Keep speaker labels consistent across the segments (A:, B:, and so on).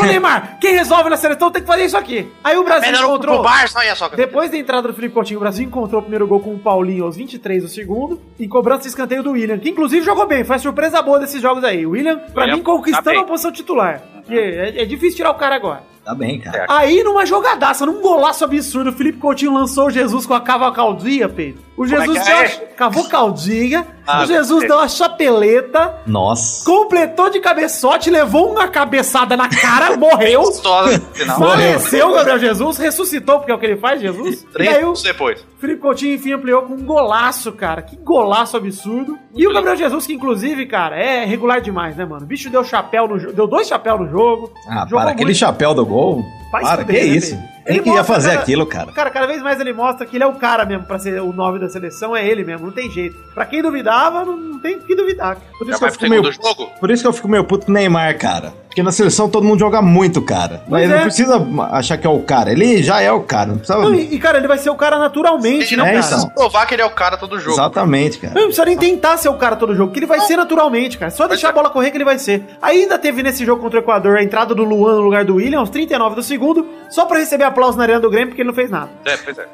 A: Ô Neymar, quem resolve na seleção tem que fazer isso aqui. Aí
B: É
A: o Brasil
B: Pedro um pro
A: encontrou...
B: Barça, olha só. cara.
A: Depois da entrada do Felipe Coutinho, o Brasil encontrou o primeiro gol com o Paulinho aos 23 do segundo e cobrança de escanteio do William, que inclusive jogou bem, foi a surpresa boa desses jogos aí. O William, pra
B: William
A: mim, conquistando
B: tá bem.
A: a posição titular. Porque é- é difícil tirar o cara agora.
C: Tá bem,
A: É.
C: cara.
A: Aí, numa jogadaça, num golaço absurdo, o Felipe Coutinho lançou o Jesus com a cavalcaldia, Pedro. O
B: é
A: Jesus
B: que
A: deu
B: é?
A: uma- cavou caldinha,
B: Ah,
A: o Jesus
B: é.
A: deu uma chapeleta,
C: Nossa.
A: completou de cabeçote, levou uma cabeçada na cara, morreu.
B: Gostosa, no final.
A: Faleceu Gabriel Jesus, ressuscitou, porque é o que ele faz, Jesus. E
B: Três
A: aí o
B: anos depois.
A: Felipe Coutinho, enfim, ampliou com um golaço, cara. Que golaço absurdo. E o Gabriel Jesus, que inclusive, cara, é regular demais, né, mano? O bicho deu chapéu no jogo, deu dois chapéus no jogo.
C: Ah,
A: Jogou
C: para, aquele
A: muito.
C: chapéu do gol.
A: Faz
C: Para, que
A: bem, né,
C: isso?
A: velho?
C: Ele que ia
A: mostra, né?
C: fazer
A: cara-
C: aquilo, cara.
A: Cara, cada vez mais ele mostra que ele é o cara mesmo pra ser o nove da seleção, é ele mesmo, não tem jeito. Pra quem duvidava, não, não tem o que duvidar. cara.
C: Por
B: Já
C: isso, que
B: vai
C: eu
B: pro
C: fico meio,
B: segundo jogo?
C: por isso que eu fico meio puto com o Neymar, cara. Porque na seleção todo mundo joga muito, cara. Mas
A: Pois
C: ele
A: é.
C: não precisa achar que é o cara. Ele já é o cara. Não precisava.
A: Não, e, e, cara, ele vai ser o cara naturalmente,
B: Ele
A: né,
B: não
C: É,
A: cara?
C: então.
B: precisa provar que ele é o cara todo jogo.
C: Exatamente, cara.
A: Não precisa nem tentar ser o cara todo jogo, que ele vai ser naturalmente, cara. Só deixar a bola correr que ele vai ser. Ainda teve nesse jogo contra o Equador a entrada do Luan no lugar do William, aos 39 do segundo, só pra receber aplauso na arena do Grêmio, porque ele não fez nada.
B: É, pois é.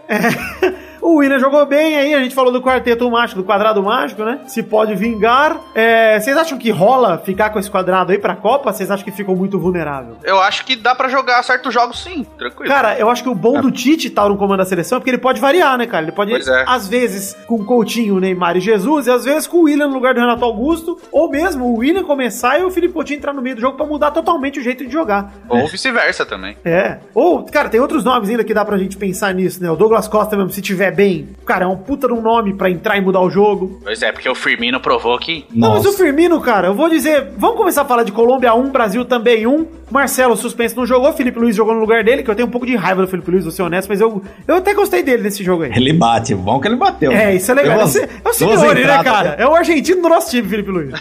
A: O William jogou bem, aí a gente falou do quarteto mágico, do quadrado mágico, né? Se pode vingar. É, Vocês acham que rola ficar com esse quadrado aí pra Copa? Vocês acham que ficou muito vulnerável?
B: Eu acho que dá pra jogar certos jogos sim, tranquilo.
A: Cara, eu acho que o bom do Tite estar no comando da seleção é porque ele pode variar, né, cara? Ele pode,
B: É. Pois é.
A: às vezes, com Coutinho, Neymar e Jesus, e às vezes com o William no lugar do Renato Augusto, ou mesmo o William começar e o Felipe Coutinho entrar no meio do jogo pra mudar totalmente o jeito de jogar.
B: Ou vice-versa também.
A: É. Ou, cara, tem outros nomes ainda que dá pra gente pensar nisso, né? O Douglas Costa mesmo, se tiver bem, cara, é um puta de um nome pra entrar e mudar o jogo.
B: Pois é, porque o Firmino provou que.
A: Não, mas
C: Nossa.
A: o Firmino, cara, eu vou dizer, vamos começar a falar de Colômbia 1, Brasil também 1. Marcelo suspenso não jogou, Felipe Luiz jogou no lugar dele, que eu tenho um pouco de raiva do Felipe Luiz, vou ser honesto, mas eu, eu até gostei dele nesse jogo aí.
C: Ele um bate. Bom que ele bateu.
A: É, isso é legal.
C: Deu
A: Esse-
C: umas-
A: é o
C: duas
A: Simeone, né,
C: entradas,
A: cara? É o argentino do nosso time, Felipe Luiz.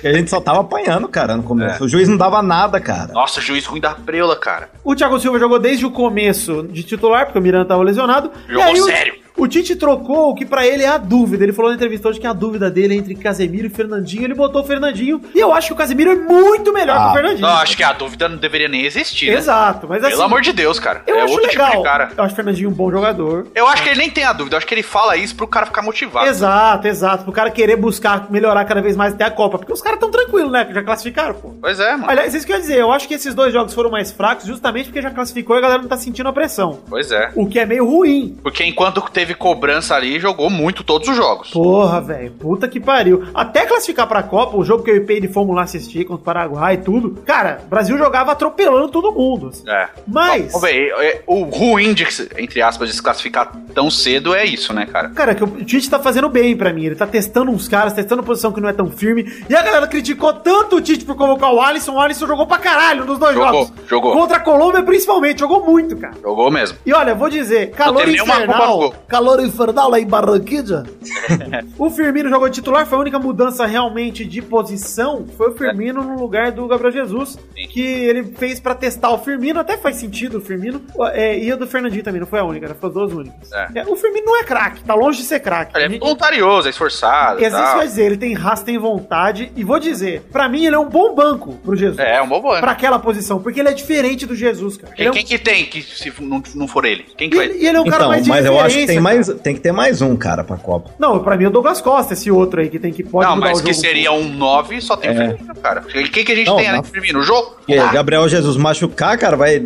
C: que A gente só tava apanhando, cara, no começo.
A: É.
C: O juiz não dava nada, cara.
B: Nossa, juiz ruim da preula, cara.
A: O Thiago Silva jogou desde o começo de titular, porque o Miranda tava lesionado.
B: Jogou
A: o-
B: sério.
A: O Tite trocou o que pra ele é a dúvida. Ele falou na entrevista hoje que a dúvida dele é entre Casemiro e Fernandinho. Ele botou o Fernandinho. E eu acho que o Casemiro é muito melhor que
C: Ah,
A: o Fernandinho.
B: Não, acho que a dúvida não deveria nem existir. né?
A: Exato, mas assim.
B: Pelo amor de Deus, cara.
A: eu
B: é
A: acho
B: outro
A: legal.
B: tipo de cara. É
A: Eu acho o Fernandinho um bom jogador.
B: Eu acho que ele nem tem a dúvida, eu acho que ele fala isso pro cara ficar motivado.
A: Exato, exato. Pro cara querer buscar melhorar cada vez mais até a Copa. Porque os caras tão tranquilos, né? Que já classificaram, pô.
B: Pois é, mano.
A: Aliás, isso que eu ia dizer, eu acho que esses dois jogos foram mais fracos justamente porque já classificou e a galera não tá sentindo a pressão.
B: Pois é.
A: O que é meio ruim,
B: Porque enquanto teve cobrança ali, jogou muito todos os jogos.
A: Porra, velho, puta que pariu. Até classificar pra Copa, o jogo que eu e o Peide fomos lá assistir contra o Paraguai e tudo. Cara, o Brasil jogava atropelando todo mundo.
B: É.
A: Mas,
B: Vamos ver, é, o ruim de, se- entre aspas, de se classificar tão cedo é isso, né, cara?
A: cara, que o Tite tá fazendo bem pra mim. Ele tá testando uns caras, testando posição que não é tão firme. E a galera criticou tanto o Tite por colocar o Alisson. O Alisson jogou pra caralho nos dois
B: Jogou,
A: jogos.
B: jogou.
A: Contra a Colômbia, principalmente. Jogou muito, cara.
B: Jogou mesmo.
A: E olha, vou dizer, calor
B: teve nenhuma culpa no
A: infernal.
B: gol.
D: Calor infernal lá em Barranquilla?
A: O Firmino jogou de titular, foi a única mudança realmente de posição, foi o Firmino no lugar do Gabriel Jesus, que ele fez pra testar o Firmino, até faz sentido o Firmino, é, e o do Fernandinho também, não foi a única, né? foi as duas únicas.
B: É.
A: É, o Firmino não é craque, tá longe de ser craque.
B: Ele é voluntarioso, é esforçado. e
A: Existe
B: tal.
A: vai dizer, ele tem raça, tem vontade, e vou dizer, pra mim ele é um bom banco pro Jesus.
B: É, é um bom banco.
A: Pra aquela posição, porque ele é diferente do Jesus, cara.
B: Quem,
A: ele é um-
B: quem que tem que se não, não for ele? Quem que
A: e
B: vai?
A: ele, e ele é um cara
C: então,
A: mais de
C: mas eu acho que
A: referência,
C: tem,
A: cara.
C: mais, tem que ter mais um, cara, pra Copa.
A: Não, pra mim é o Douglas Costa, esse outro aí que tem que pode
B: não,
A: mudar
B: mas
A: o
B: que
A: jogo.
B: seria um 9, só tem o Firmino, cara. Quem que a gente
C: É. Não,
B: tem além
C: não.
B: do Firmino? O jogo? Ah,
C: Porque
A: Tá.
C: Gabriel Jesus machucar, cara, vai.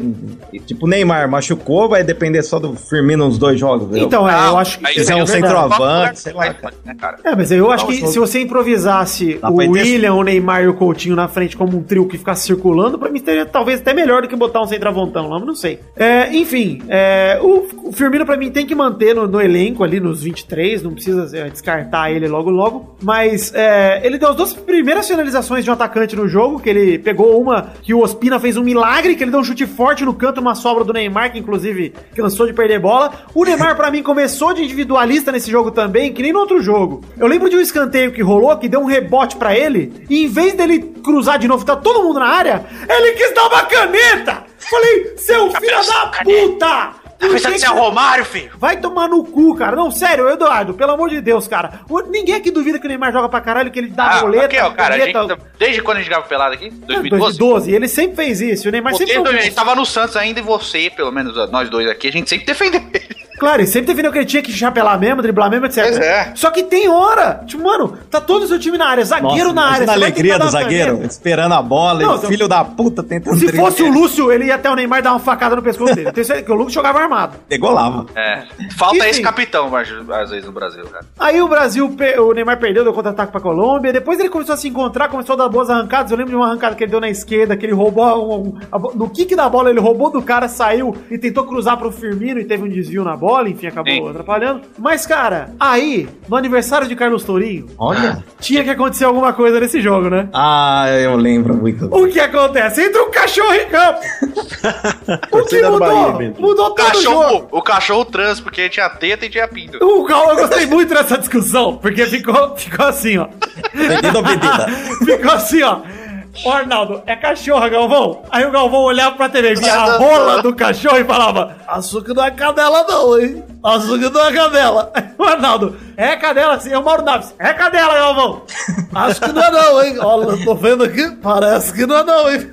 C: Tipo, Neymar machucou, vai depender só do Firmino nos dois jogos. Eu-
A: Então, é, eu acho que...
B: um- aí
C: Quiser um
B: seria o
C: centroavante,
B: Fernando.
C: sei lá,
B: Né, cara?
A: É, mas eu acho
C: Não,
A: que
C: só-
A: se você improvisasse
C: Dá
A: o
C: pra ir
A: William, o Neymar e o Coutinho na frente como um trio que ficasse circulando, pra mim seria talvez até melhor do que botar um centroavantão lá, mas não sei. É, enfim, é, o, o Firmino pra mim tem que manter no, no elenco ali nos 23, não precisa é, descartar ele logo logo, mas é, ele deu as duas primeiras finalizações de um atacante no jogo, que ele pegou uma que o Ospina fez um milagre, que ele deu um chute forte no canto, uma sobra do Neymar, que inclusive cansou de perder bola. O Neymar, pra mim, começou de individualista nesse jogo também, que nem no outro jogo. Eu lembro de um escanteio que rolou, que deu um rebote pra ele, e em vez dele cruzar de novo, tá todo mundo na área, ele quis dar uma caneta! Falei, seu filho da puta!
B: Tá
A: Por
B: pensando
A: que
B: que você é o
A: que-
B: Romário, filho?
A: Vai tomar no cu, cara. Não, sério, Eduardo, pelo amor de Deus, cara. O- Ninguém aqui duvida que o Neymar joga pra caralho, que ele dá
B: Ah,
A: roleta,
B: aqui, ó, cara, a gente
A: roleta-
B: tá- desde quando a gente grava pelado aqui?
A: É,
B: 2012?
A: 2012, ele sempre fez isso. O Neymar
B: Você,
A: sempre foi um-
B: a gente tava no Santos ainda e você, pelo menos ó, nós dois aqui, a gente sempre defendeu ele.
A: Claro, e sempre teve defendeu que ele tinha que chapelar mesmo, driblar mesmo, etc.
B: Pois é.
A: Só que tem hora. Tipo, mano, tá todo o seu time na área, zagueiro na
C: Na
A: área. você vai
C: alegria
A: tentar
C: do
A: dar uma
C: zagueiro,
A: caneta.
C: esperando a bola,
A: Não,
C: e o
A: então-
C: filho da puta tentando
A: Se
C: driblar.
A: fosse o Lúcio, ele ia até o Neymar dar uma facada no pescoço dele. Eu Tenho certeza que o Lúcio jogava armado.
C: Degolava.
B: É. Falta
A: Enfim.
B: esse capitão, mas, às vezes, no Brasil, cara.
A: Aí o Brasil, pe- o Neymar perdeu, deu contra-ataque pra Colômbia. Depois ele começou a se encontrar, começou a dar boas arrancadas. Eu lembro de uma arrancada que ele deu na esquerda, que ele roubou. Um, um- a bo- no kick da bola, ele roubou do cara, saiu e tentou cruzar pro Firmino e teve um desvio na bola. Enfim, acabou
B: Sim.
A: atrapalhando. Mas, cara, aí, no aniversário de Carlos Tourinho,
C: Olha.
A: tinha que acontecer alguma coisa nesse jogo, né?
C: Ah, eu lembro muito.
A: O que acontece? Entra um cachorro em campo! o que
E: Torcida do
A: mudou?
E: é Bahia, Bento.
A: mudou
B: O
A: todo o jogo.
B: cachorro, o cachorro trans, porque tinha teta e tinha pinto.
A: O Gal, eu gostei muito dessa discussão, porque ficou, ficou assim, ó.
C: Pedido ou pedida?
A: Ficou assim, ó. Ô, Arnaldo, é cachorro, Galvão? Aí o Galvão olhava pra TV, via a rola do cachorro e falava:
D: Acho que não é cadela, não, hein? Acho que não é cadela.
A: O Arnaldo, é cadela sim, eu moro Naves. É cadela, Galvão!
D: Acho que não é, não, hein? Olha, eu tô vendo aqui, parece que não é, não, hein?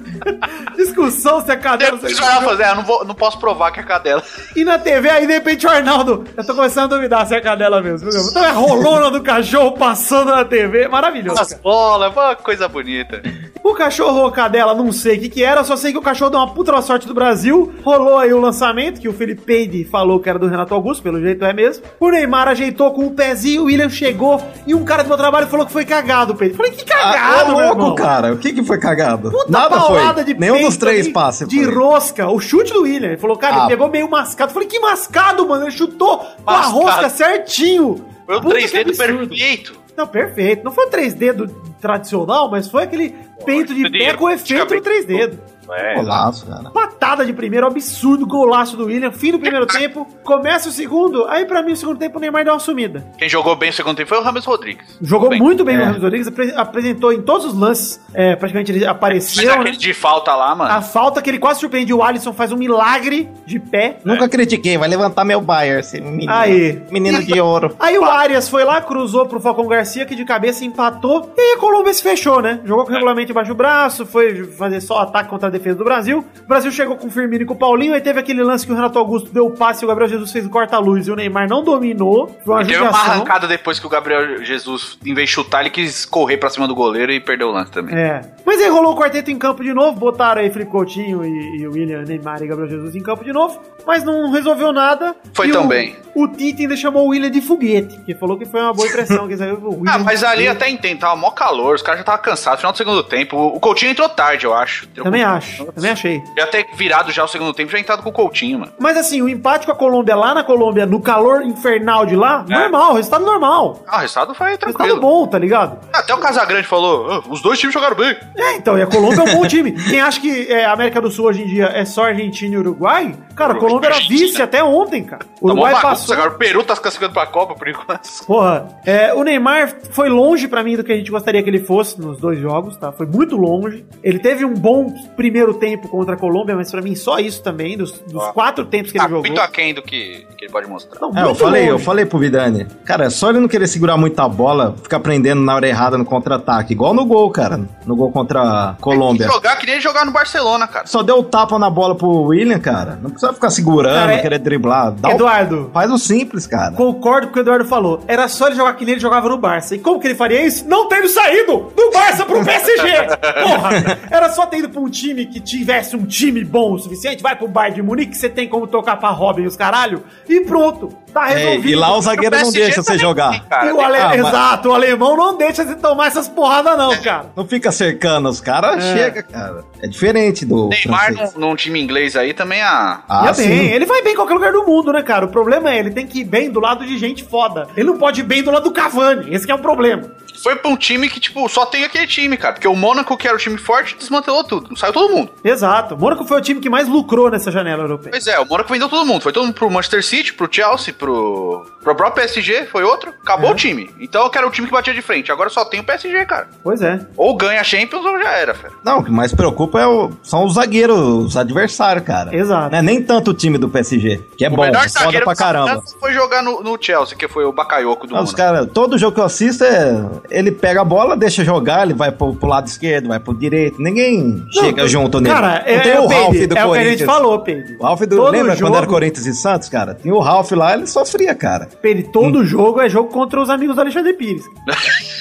A: Discussão se é cadela. se é
B: Depois vai lá fazer, ah, não, vou- não posso provar que é cadela.
A: E na TV, aí de repente o Arnaldo, eu tô começando a duvidar se é cadela mesmo. viu, Galvão? Então é a rolona do cachorro passando na TV, maravilhoso.
B: As bolas, uma coisa bonita.
A: O cachorro ou cadela, não sei o que que era, só sei que o cachorro deu uma puta na sorte do Brasil. Rolou aí o lançamento, que o Felipe Peide falou que era do Renato Augusto, pelo jeito é mesmo. O Neymar ajeitou com o pezinho, o William chegou e um cara do meu trabalho falou que foi cagado, Peide. Falei, que
C: Ah,
A: cagado,
C: ô,
A: meu
C: louco,
A: irmão.
C: cara. O que que foi cagado?
A: Puta
C: Nada
A: paulada
C: foi.
A: de
C: Nenhum
A: peito
C: dos três
A: ali,
C: passes
A: De
C: foi.
A: rosca. O chute do William. Ele falou, cara, ele
C: Ah.
A: pegou meio mascado. Eu Falei, que mascado, mano. Ele chutou com a
B: Mascado.
A: rosca certinho.
B: Foi um
A: Puta,
B: 3D
A: que
B: do
A: absurdo.
B: perfeito.
A: Não, perfeito. Não foi um 3D do tradicional, mas foi aquele peito de pé com efeito do 3D. É.
C: Golaço, cara.
A: Patada de primeiro, absurdo, golaço do William, fim do primeiro tempo, começa o segundo, aí pra mim o segundo tempo o Neymar deu uma sumida.
B: Quem jogou bem no segundo tempo foi o Ramos Rodrigues.
A: Jogou
B: Bem.
A: muito bem
C: É.
A: o Ramos Rodrigues, apre- apresentou em todos os lances, é, praticamente ele
B: Mas é
A: apareceu, né?
B: aquele de falta lá,
A: A
B: mano.
A: falta que ele quase surpreende o Alisson, faz um milagre de pé.
C: Nunca critiquei, vai levantar meu Bayer, esse menino.
A: Aí.
C: Menino de ouro.
A: Aí o Arias foi lá, cruzou pro Falcão Garcia, que de cabeça empatou, e aí a Colômbia se fechou, né? Jogou
B: É.
A: com o regulamento embaixo do braço, foi fazer só ataque contra a defesa do Brasil. O Brasil chegou com o Firmino e com o Paulinho, aí teve aquele lance que o Renato Augusto deu o passe e o Gabriel Jesus fez o corta-luz e o Neymar não dominou. Foi uma
B: E teve uma
A: judiação.
B: arrancada depois que o Gabriel Jesus, em vez de chutar, ele quis correr pra cima do goleiro e perdeu o lance também.
A: É. Mas aí rolou o quarteto em campo de novo, botaram aí Felipe Coutinho e, e o William, Neymar e Gabriel Jesus em campo de novo, mas não resolveu nada.
B: Foi
A: E
B: tão
A: o-
B: bem.
A: O Tite ainda chamou o William de foguete, que falou que foi uma boa impressão. que saiu o William
B: Ah, mas
A: de
B: ali
A: foguete.
B: até entendo, tava mó calor, os caras já estavam cansados, final do segundo tempo. O o Coutinho entrou tarde, eu acho. Entrou
A: Também
B: com-
A: acho, também achei.
B: Já ter virado já o segundo tempo, já entrado com o Coutinho, mano.
A: Mas assim, o empate com a Colômbia lá na Colômbia, no calor infernal de lá,
B: É.
A: normal, resultado normal.
B: Ah, o resultado foi
A: Resultado
B: tranquilo.
A: bom, tá ligado?
B: Até o Casagrande falou, "Ah, os dois times jogaram bem.
A: É, então, e a Colômbia é um bom time. Quem acha que é, a América do Sul hoje em dia é só Argentina e Uruguai, cara, a Colômbia era vice até ontem, cara. O
B: Tomou
A: Uruguai
B: bagunça,
A: passou.
B: Tá Agora o Peru tá se classificando pra Copa, por enquanto.
A: Porra, é, o Neymar foi longe pra mim do que a gente gostaria que ele fosse nos dois jogos, tá? Foi muito longe. Ele teve um bom primeiro tempo contra a Colômbia, mas pra mim só isso também, dos, dos
B: Ó.
A: quatro tempos que ele
B: Tá
A: jogou.
B: muito aquém do que, que ele pode mostrar.
A: Não,
C: É, eu
A: muito
C: falei, eu
A: longe.
C: falei pro Vidani. Cara, é só ele não querer segurar muito a bola, ficar prendendo na hora errada no contra-ataque. Igual no gol, cara. No gol contra a Colômbia.
B: Tem
A: É
B: que Jogar, queria jogar no Barcelona, cara.
C: Só deu o tapa na bola pro William, cara. Não precisa ficar segurando,
A: Cara, é-
C: querer driblar. Dá um o-
A: Eduardo,
C: Faz o simples, cara.
A: Concordo com o que o Eduardo falou. Era só ele jogar que nem ele jogava no Barça. E como que ele faria isso? Não tendo saído do Barça pro PSG! Porra! Era só ter ido pra um time que tivesse um time bom o suficiente. Vai pro Bayern de Munique, que você tem como tocar pra Robin e os caralho. E pronto. Tá
C: É,
A: resolvido.
C: e lá o zagueiro não
B: PSG
C: deixa você
B: também,
C: jogar.
B: cara.
A: E o ale-
C: Ah, mas-
A: Exato, o alemão não deixa você tomar essas porradas, não, cara.
C: Não fica cercando os caras, chega, cara. É diferente do
B: Neymar
C: francês.
B: num, num time inglês aí também a.
C: Ah,
A: Ia bem,
C: sim.
A: assim, ele vai bem em qualquer lugar do mundo, né, cara? O problema é, ele tem que ir bem do lado de gente foda. Ele não pode ir bem do lado do Cavani. Esse que é o problema.
B: Foi pra um time que, tipo, só tem aquele time, cara. Porque o Mônaco, que era o time forte, desmantelou tudo. Saiu todo mundo.
A: Exato. O Mônaco foi o time que mais lucrou nessa janela europeia.
B: Pois é, o Mônaco vendeu todo mundo. Foi todo mundo pro Manchester City, pro Chelsea, pro, pro próprio PSG, foi outro.
C: Uhum.
B: Acabou o time. Então eu quero o time que batia de frente. Agora só tem o PSG, cara.
A: Pois é.
B: Ou ganha a Champions ou já era, fera.
C: Não, o que mais preocupa é o- são os zagueiros, os adversários, cara.
A: Exato.
C: Não é nem tanto o time do PSG, que é
B: o
C: bom, foda pra
B: dessa
C: caramba.
B: mudança foi jogar no, no Chelsea, que foi o Bakayoko do
C: Não, os
B: Mônaco.
C: cara, todo jogo que eu assisto é, ele pega a bola, deixa jogar, ele vai pro, pro lado esquerdo, vai pro direito. Ninguém chega junto nele.
A: Cara,
C: Não
A: é,
C: tem
A: é
C: o Ralph
A: Peide,
C: do
A: é o que a
C: Corinthians.
A: gente falou, Peide.
C: O Ralph do.
A: Todo
C: lembra
A: jogo,
C: quando era Corinthians e Santos, cara? Tinha o Ralph lá, ele sofria, cara.
A: Peide,
C: Hum.
A: todo jogo é jogo contra os amigos do Alexandre Pires.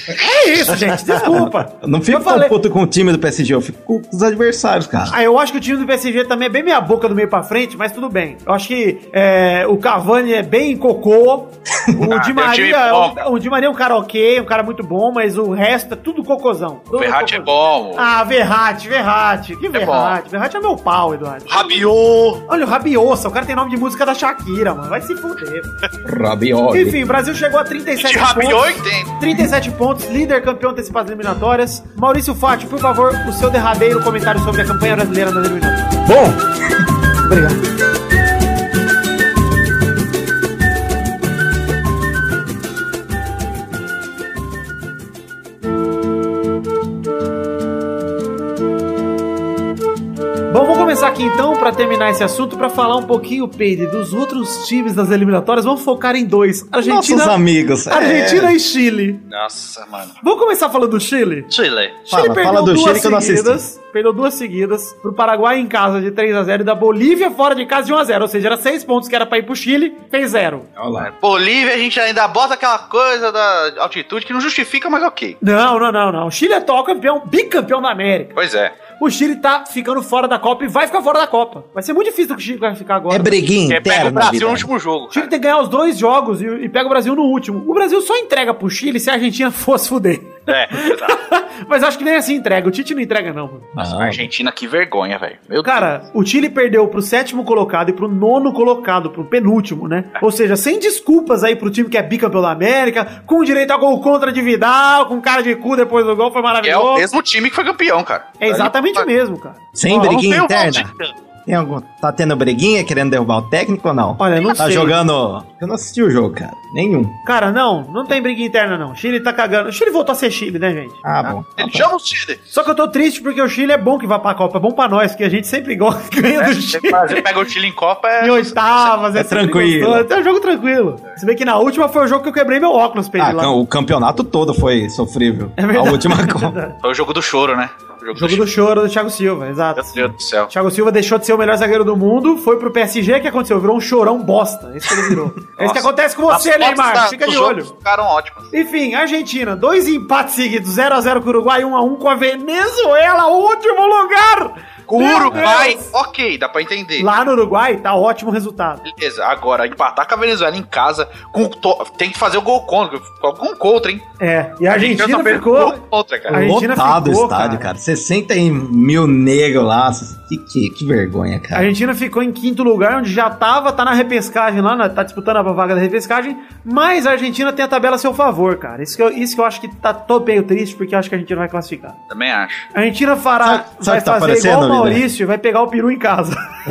A: é isso, gente, desculpa.
C: Eu não fico
A: eu
C: tão
A: falei,
C: puto com o time do PSG, eu fico com os adversários, cara.
A: Ah, eu acho que o time do PSG também é bem meia boca do meio pra frente, mas tudo bem. Eu acho que é, o Cavani é bem cocô. O
B: Ah,
A: Di
B: tem um time
A: Maria, é um-
B: bom.
A: o Di Maria é um cara ok, um cara muito bom, mas o resto é tudo cocôzão.
B: O
A: Tudo
B: Ferrati é
A: cocôzão.
B: bom.
A: Ah, Verratti, Verratti. Que Verratti? Verratti é meu pau, Eduardo.
B: Rabiot.
A: Olha, o Rabiosa, o cara tem nome de música da Shakira, mano. Vai se fuder.
C: Rabioli.
A: Enfim, o Brasil chegou a
B: De
A: 37
B: Rabiot
A: pontos.
B: entende.
A: 37 pontos, líder campeão antecipado eliminatórias. Maurício Fátio, por favor, o seu derradeiro comentário sobre a campanha brasileira das eliminatórias.
E: Bom,
A: Obrigado. Bom, vou começar aqui então para terminar esse assunto para falar um pouquinho, Pedro, dos outros times das eliminatórias. Vamos focar em dois: Argentina,
C: Nossos amigos. é.
A: Argentina e Chile.
B: Nossa, mano.
A: Vamos começar falando do Chile.
B: Chile.
C: Fala,
A: Chile perdeu
C: fala do
A: duas
C: Chile que eu não assisto.
A: seguidas, perdeu duas seguidas pro Paraguai em casa de 3 a 0 e da Bolívia fora de casa de 1 a 0, ou seja, era 6 pontos que era pra ir pro Chile, fez zero.
C: Olha lá.
B: É, Bolívia, a gente ainda bota aquela coisa da altitude que não justifica, mas ok.
A: Não, não, não, não. O Chile é atual campeão, bicampeão da América.
B: Pois é.
A: O Chile tá ficando fora da Copa e vai ficar fora da Copa. Vai ser muito difícil o Chile vai ficar agora.
C: É briguinha
B: Porque pega o
C: interna,
B: Brasil
C: vida.
B: no último jogo.
A: o Chile tem que ganhar os dois jogos e, e pega o Brasil no último. O Brasil só entrega pro Chile se a Argentina fosse fuder.
B: É.
C: tá.
A: Mas acho que nem assim entrega. O Tite não entrega, não, mano.
C: Ah,
B: Nossa, Argentina, que vergonha, velho. Meu
A: Cara, o Chile perdeu pro sétimo colocado e pro nono colocado, pro penúltimo, né?
B: É.
A: Ou seja, sem desculpas aí pro time que é bicampeão da América, com direito a gol contra de Vidal, com cara de cu depois do gol, foi
B: Deus. É o
A: maravilhoso.
B: mesmo time que foi campeão, cara.
A: É exatamente o mesmo, cara.
C: Sem
B: Ó, não
C: briguinha
B: tem o
C: interna?
B: Valdívia.
C: Tem algum- Tá tendo briguinha, querendo derrubar o técnico ou não?
A: Olha, não
C: tá
A: sei.
C: jogando. Eu não assisti o jogo, cara. Nenhum.
A: Cara, não, não tem briga interna, não. O Chile tá cagando. O Chile voltou a ser Chile, né, gente?
C: Ah, bom.
B: Ele chama o Chile.
A: Só que eu tô triste porque o Chile é bom que vá pra Copa, é bom pra nós, que a gente sempre gosta, ganha
B: É,
A: do Chile.
B: Você pega o Chile em Copa, é.
A: Em oitavas, é,
C: É
A: sempre
C: tranquilo.
A: gostoso. É um jogo tranquilo. Se bem que na última foi o jogo que eu quebrei meu óculos, Pedro.
C: Ah,
A: lá.
C: cam- o campeonato todo foi sofrível.
A: É verdade.
C: A última Copa.
B: Foi o jogo do choro, né? O
A: O Jogo do choro do Thiago Silva, exato.
B: Meu Deus do céu.
A: Thiago Silva deixou de ser o melhor zagueiro do mundo, foi pro PSG, o que aconteceu? Virou um chorão bosta. É isso que ele virou. é isso que
B: Nossa.
A: acontece com você,
B: As
A: Neymar.
B: fotos da-
A: Fica
B: do
A: de
B: jogo
A: olho.
B: Ficaram ótimas.
A: Enfim, Argentina, dois empates seguidos, 0x0 com o Uruguai, 1x1 com a Venezuela, último lugar!
B: Com o
A: Meu
B: Uruguai,
A: Deus.
B: ok, dá pra entender.
A: Lá no Uruguai, tá ótimo resultado.
B: Beleza, agora empatar com a Venezuela em casa, com to- tem que fazer o gol contra, com contra, hein?
A: É, e a Argentina
B: Só fez
A: ficou...
B: gol contra, cara.
A: A Argentina
C: Lotado
A: ficou,
C: o estádio,
A: cara.
C: cara. 60 mil negros lá. Que, que, que vergonha,
A: A
C: cara.
A: Argentina ficou em quinto lugar, onde já tava, tá na repescagem lá, na- tá disputando a vaga da repescagem, mas a Argentina tem a tabela a seu favor, cara. Isso que eu, isso que eu acho que tá tô meio triste, porque eu acho que a Argentina vai classificar.
B: Também acho.
A: A Argentina fará,
C: Sabe- sabe
A: vai
C: o que tá
A: fazer igual o
C: aparecendo,
A: Maurício, e vai pegar o peru em casa.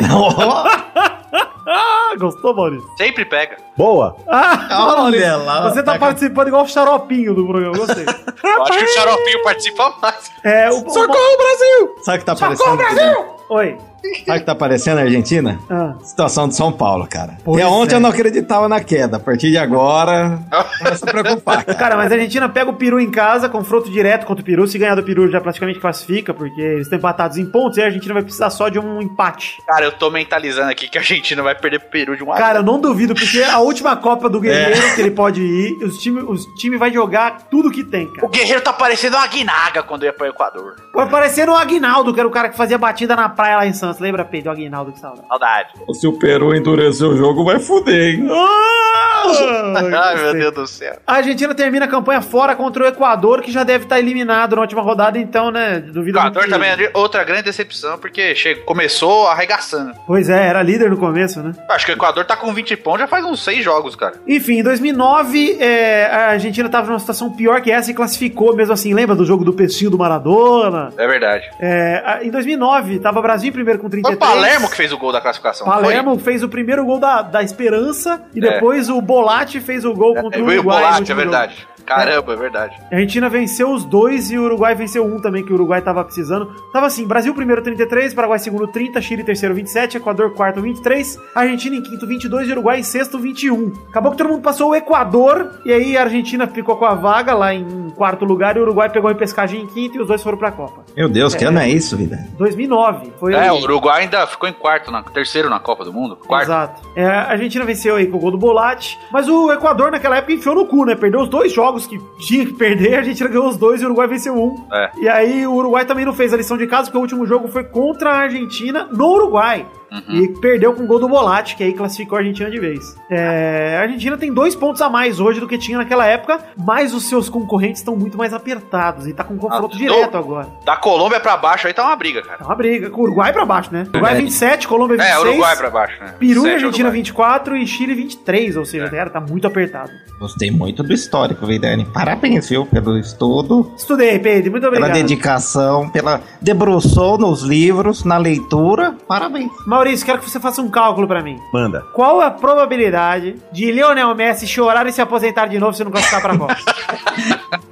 A: ah, gostou, Maurício?
B: Sempre pega.
E: boa.
A: Ah,
C: Olha
A: Maurício,
C: lá,
A: você tá
C: pega-
A: participando igual o xaropinho do programa, gostei.
B: Eu acho que o Xaropinho participa mais.
A: é, o, o,
C: Sabe o que tá aparecendo? Brasil!
A: Oi.
C: Sabe o que tá aparecendo, Argentina?
A: Ah.
C: Situação de São Paulo, cara.
A: Pois
C: Até ontem
A: é.
C: eu não acreditava na queda. A partir de agora, começa a preocupar, cara.
A: Cara, mas a Argentina pega o Peru em casa, confronto direto contra o Peru. Se ganhar do Peru, já praticamente classifica, porque eles estão empatados em pontos e a Argentina vai precisar só de um empate.
B: Cara, eu tô mentalizando aqui que a Argentina vai perder pro Peru de um
A: Cara, eu não duvido, porque a última Copa do Guerreiro
B: É.
A: que ele pode ir, os time, os time vai jogar tudo que tem,
B: O
A: cara.
B: Guerreiro tá parecendo uma guinaga quando ia pro Equador.
A: Vai parecendo o Aguinaldo, que era o cara que fazia batida na praia lá em Santos. Lembra, Pedro? O Aguinaldo, que saudade.
B: Saudade.
C: Se o Peru endurecer o jogo, vai fuder, hein?
B: Ah! Ai, meu Deus do céu.
A: A Argentina termina a campanha fora contra o Equador, que já deve estar eliminado na última rodada, então, né? Duvido muito
B: Equador
A: que-
B: também é outra grande decepção, porque chegou, começou arregaçando.
A: Pois é, era líder no começo, né?
B: Acho que o Equador tá com 20 pontos já faz uns 6 jogos, cara.
A: Enfim, em 2009, é, a Argentina tava numa situação pior que essa e classificou mesmo assim. Lembra do jogo do Peixinho do Maradona?
B: É verdade.
A: É, a- em 2009, tava Brasil em primeiro com
B: Foi o
A: 33.
B: Palermo que fez o gol da classificação. não foi?
A: Palermo fez o primeiro gol da, da esperança e
B: É.
A: depois o Bolatti fez o gol
B: É,
A: contra o
B: veio o
A: Uruguai. no
B: Bolatti, é
A: último jogo.
B: verdade. Caramba, é verdade.
A: A Argentina venceu os dois e o Uruguai venceu um também, que o Uruguai tava precisando. Tava assim, Brasil primeiro 33, Paraguai segundo 30, Chile terceiro 27, Equador quarto 23, Argentina em quinto 22 e Uruguai em sexto 21. Acabou que todo mundo passou o Equador e aí a Argentina ficou com a vaga lá em quarto lugar e o Uruguai pegou a pescagem em quinto e os dois foram pra Copa.
C: Meu Deus, que ano é isso, vida?
A: 2009 foi
B: É, o Uruguai ainda ficou em quarto, na, terceiro na Copa do Mundo. Quarto.
A: Exato. É, a Argentina venceu aí com o gol do Bolatti, mas o Equador naquela época enfiou no cu, né? Perdeu os dois jogos que tinha que perder, a Argentina ganhou os dois e o Uruguai venceu um.
B: É.
A: E aí o Uruguai também não fez a lição de casa, porque o último jogo foi contra a Argentina no Uruguai.
B: Uhum.
A: E perdeu com o gol do Bolatti, que aí classificou a Argentina de vez. É, a Argentina tem dois pontos a mais hoje do que tinha naquela época, mas os seus concorrentes estão muito mais apertados e tá com um confronto
B: Ah,
A: direto
B: não.
A: agora.
B: Da Colômbia pra baixo aí tá uma briga, cara.
A: É uma briga. Com o Uruguai pra baixo, né? Uruguai
C: É.
A: 27, Colômbia 26.
B: É, Uruguai pra baixo, né?
A: Peru e
B: Sete,
A: Argentina
B: Uruguai.
A: 24 e Chile 23, ou
B: É.
A: seja, cara, tá muito apertado.
C: Gostei muito do histórico, Vidani. Parabéns, viu, pelo estudo,
A: Estudei, Pedro, muito
C: pela
A: obrigado.
C: dedicação, pela debruçou nos livros, na leitura. Parabéns.
A: Maurício, quero que você faça um cálculo pra mim.
E: Manda.
A: Qual a probabilidade de Lionel Messi chorar e se aposentar de novo se não classificar pra Copa?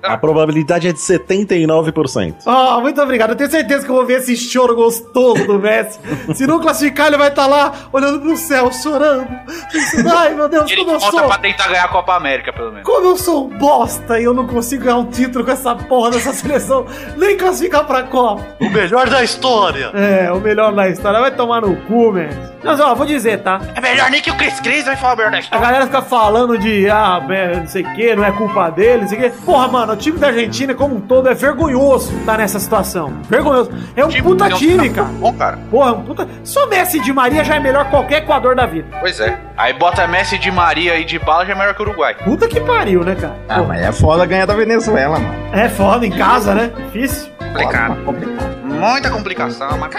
E: A probabilidade é de 79%.
A: oh, muito obrigado. Eu tenho certeza que eu vou ver esse choro gostoso do Messi. Se não classificar, ele vai estar lá olhando pro céu, chorando. Pensando, Ai, meu Deus,
B: Ele
A: como eu
B: volta
A: sou.
B: pra tentar ganhar a Copa América, pelo menos.
A: Como eu sou um bosta e eu não consigo ganhar um título com essa porra dessa seleção, nem classificar pra Copa.
F: O melhor da história.
A: É, o melhor na história. Vai tomar no cu, man. Mas ó, vou dizer, tá?
B: É melhor nem que o Chris Cris vai falar Tipo, o melhor da
A: A
B: história.
A: galera fica falando de, ah, é, não sei o que, não é culpa dele, não sei o que. Porra, mano, o time da Argentina como um todo é vergonhoso tá nessa situação. Vergonhoso. É um puta
B: é um-
A: time, cara.
B: Bom, cara.
A: Porra, é um puta... Só Messi e de Maria já é melhor que qualquer Equador da vida.
B: Pois é. Aí bota Messi de Maria e de Bala já é melhor que o Uruguai.
A: Puta que pariu, né, cara?
C: Ah,
A: Pô,
C: mas é foda ganhar da Venezuela, mano.
A: É foda, em casa, né? Difícil.
B: Complicado.
C: Foda, complicado.
B: Muita complicação, mas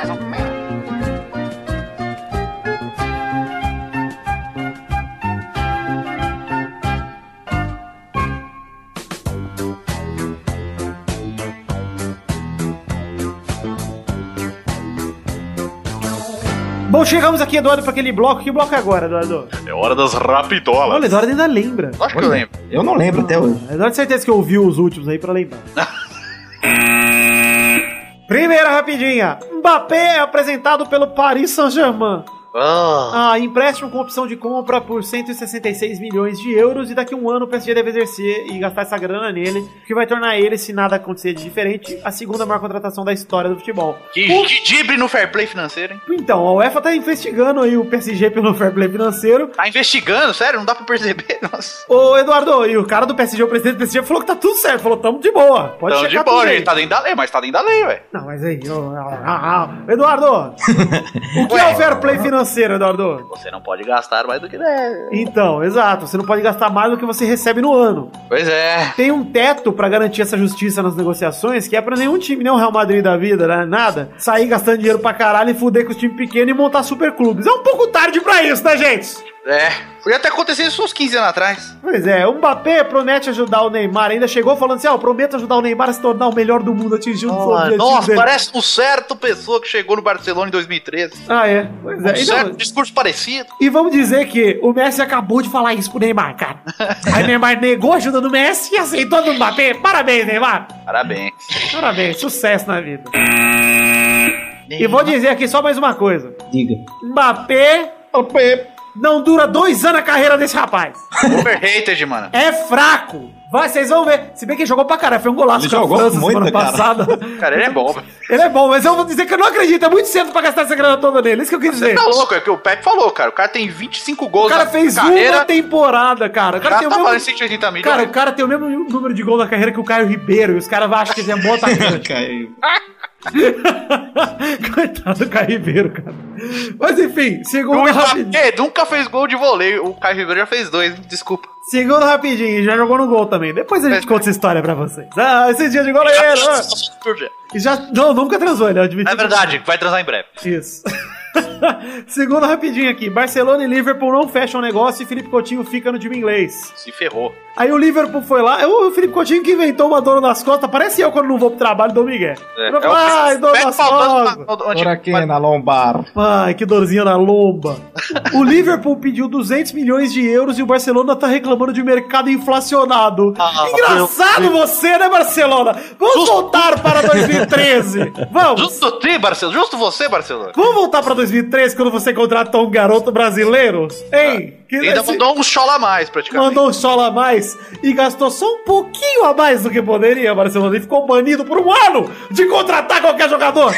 A: Bom, chegamos aqui, Eduardo, pra aquele bloco. Que bloco é agora, Eduardo?
F: É hora das rapidolas.
A: Olha, Eduardo ainda lembra.
B: lógico que eu lembro.
C: Eu não lembro até hoje.
A: Eu tenho certeza que eu ouvi os últimos aí pra lembrar. Primeira rapidinha. Mbappé é apresentado pelo Paris Saint-Germain.
F: Ah,
A: Ah, empréstimo com opção de compra por 166 milhões de euros e daqui a um ano o PSG deve exercer e gastar essa grana nele, o que vai tornar ele, se nada acontecer de diferente, a segunda maior contratação da história do futebol.
B: Que, que dibre no fair play financeiro, hein?
A: Então, a UEFA tá investigando aí o PSG pelo fair play financeiro.
B: Tá investigando, sério? Não dá pra perceber? Nossa.
A: Ô, Eduardo, e o cara do PSG, o presidente do PSG, falou que tá tudo certo, falou tamo de boa, pode
B: Tão de
A: checar
B: boa,
A: tudo aí.
B: gente. Tá dentro da lei, mas tá dentro da lei, ué.
A: Não, mas aí. ô, ah, ah, ah. Eduardo! o que é o fair play financeiro, Eduardo?
B: Você não pode gastar mais do que deve.
A: Então, exato. Você não pode gastar mais do que você recebe no ano.
B: Pois é.
A: Tem um teto pra garantir essa justiça nas negociações, que é pra nenhum time, nem o Real Madrid da vida, né, nada, sair gastando dinheiro pra caralho e fuder com os times pequenos e montar superclubes. É um pouco tarde pra isso, né, gente?
B: É. Podia ter acontecido isso uns 15 anos atrás.
A: Pois é, o Mbappé promete ajudar o Neymar. Ainda chegou falando assim: ó, prometo ajudar o Neymar a se tornar o melhor do mundo, atingir um dos objetivos
B: Ah, nossa,
A: dele.
B: parece um certo pessoa que chegou no Barcelona em 2013.
A: Ah, é. Pois é.
B: Um
A: E não,
B: certo discurso parecido.
A: E vamos dizer que o Messi acabou de falar isso pro Neymar, cara. Aí o Neymar negou a ajuda do Messi e aceitou do Mbappé. Parabéns, Neymar.
B: Parabéns.
A: Parabéns, sucesso na vida. E vou dizer aqui só mais uma coisa.
C: Diga.
A: Mbappé não dura dois anos a carreira desse rapaz.
B: Overrated, mano.
A: É fraco. Vai, vocês vão ver. Se bem que ele jogou pra caralho, foi um golaço
C: Ele
A: com a
C: jogou
A: França
C: muito,
A: semana
C: cara.
A: passada.
B: Cara, ele é bom, velho.
A: Ele é bom, mas eu vou dizer que eu não acredito. É muito cedo pra gastar essa grana toda nele. Isso que eu quis dizer.
B: Tá louco, é o que o Pepe falou, cara. O cara tem 25 gols
A: O cara
B: na
A: fez
B: carreira.
A: uma temporada, cara. O cara
B: já
A: tem
B: tá
A: o mesmo
B: valendo 180 milhões.
A: Cara, o cara tem o mesmo número de gol na carreira que o Caio Ribeiro e os caras vão achar que ele é mó atacante.
C: Caiu.
A: Coitado do Caio Ribeiro, cara. Mas enfim,
B: o
A: segundo rapidinho.
B: Mbappé nunca fez gol de voleio. O Caio Ribeiro já fez dois, hein? desculpa.
A: Segundo rapidinho, já jogou no gol também. Depois a gente
B: É.
A: conta essa história pra vocês. Ah, esses dias de né? goleiro! ah. E Já, não, nunca transou, ele
B: É
A: admitiu.
B: verdade, vai transar em breve.
A: Isso. Segundo rapidinho aqui, Barcelona e Liverpool não fecham o negócio e Felipe Coutinho fica no time inglês.
B: Se ferrou.
A: Aí o Liverpool foi lá, é o Felipe Coutinho que inventou uma dona nas costas, parece eu quando não vou pro trabalho, dou migué.
B: É,
A: Eu falo,
B: é o-
A: Ai, dor
B: Pé
A: nas
B: faltando
A: costas.
B: na- no-
C: Por
B: onde-
C: aqui é na lombar.
A: Ai, que dorzinha na lomba. O Liverpool pediu 200 milhões de euros e o Barcelona tá reclamando de mercado inflacionado.
F: Ah,
A: Engraçado você, né, Barcelona? Vamos voltar para 2013. Vamos.
F: Justo ti, Barcelona. Justo você, Barcelona.
A: Vamos voltar pra 2013 quando você contratou um garoto brasileiro? Hein? que
F: Ainda
A: esse-
F: mandou um chola a mais, praticamente.
A: mandou um sola a mais e gastou só um pouquinho a mais do que poderia, Barcelona. E ficou banido por um ano de contratar qualquer jogador.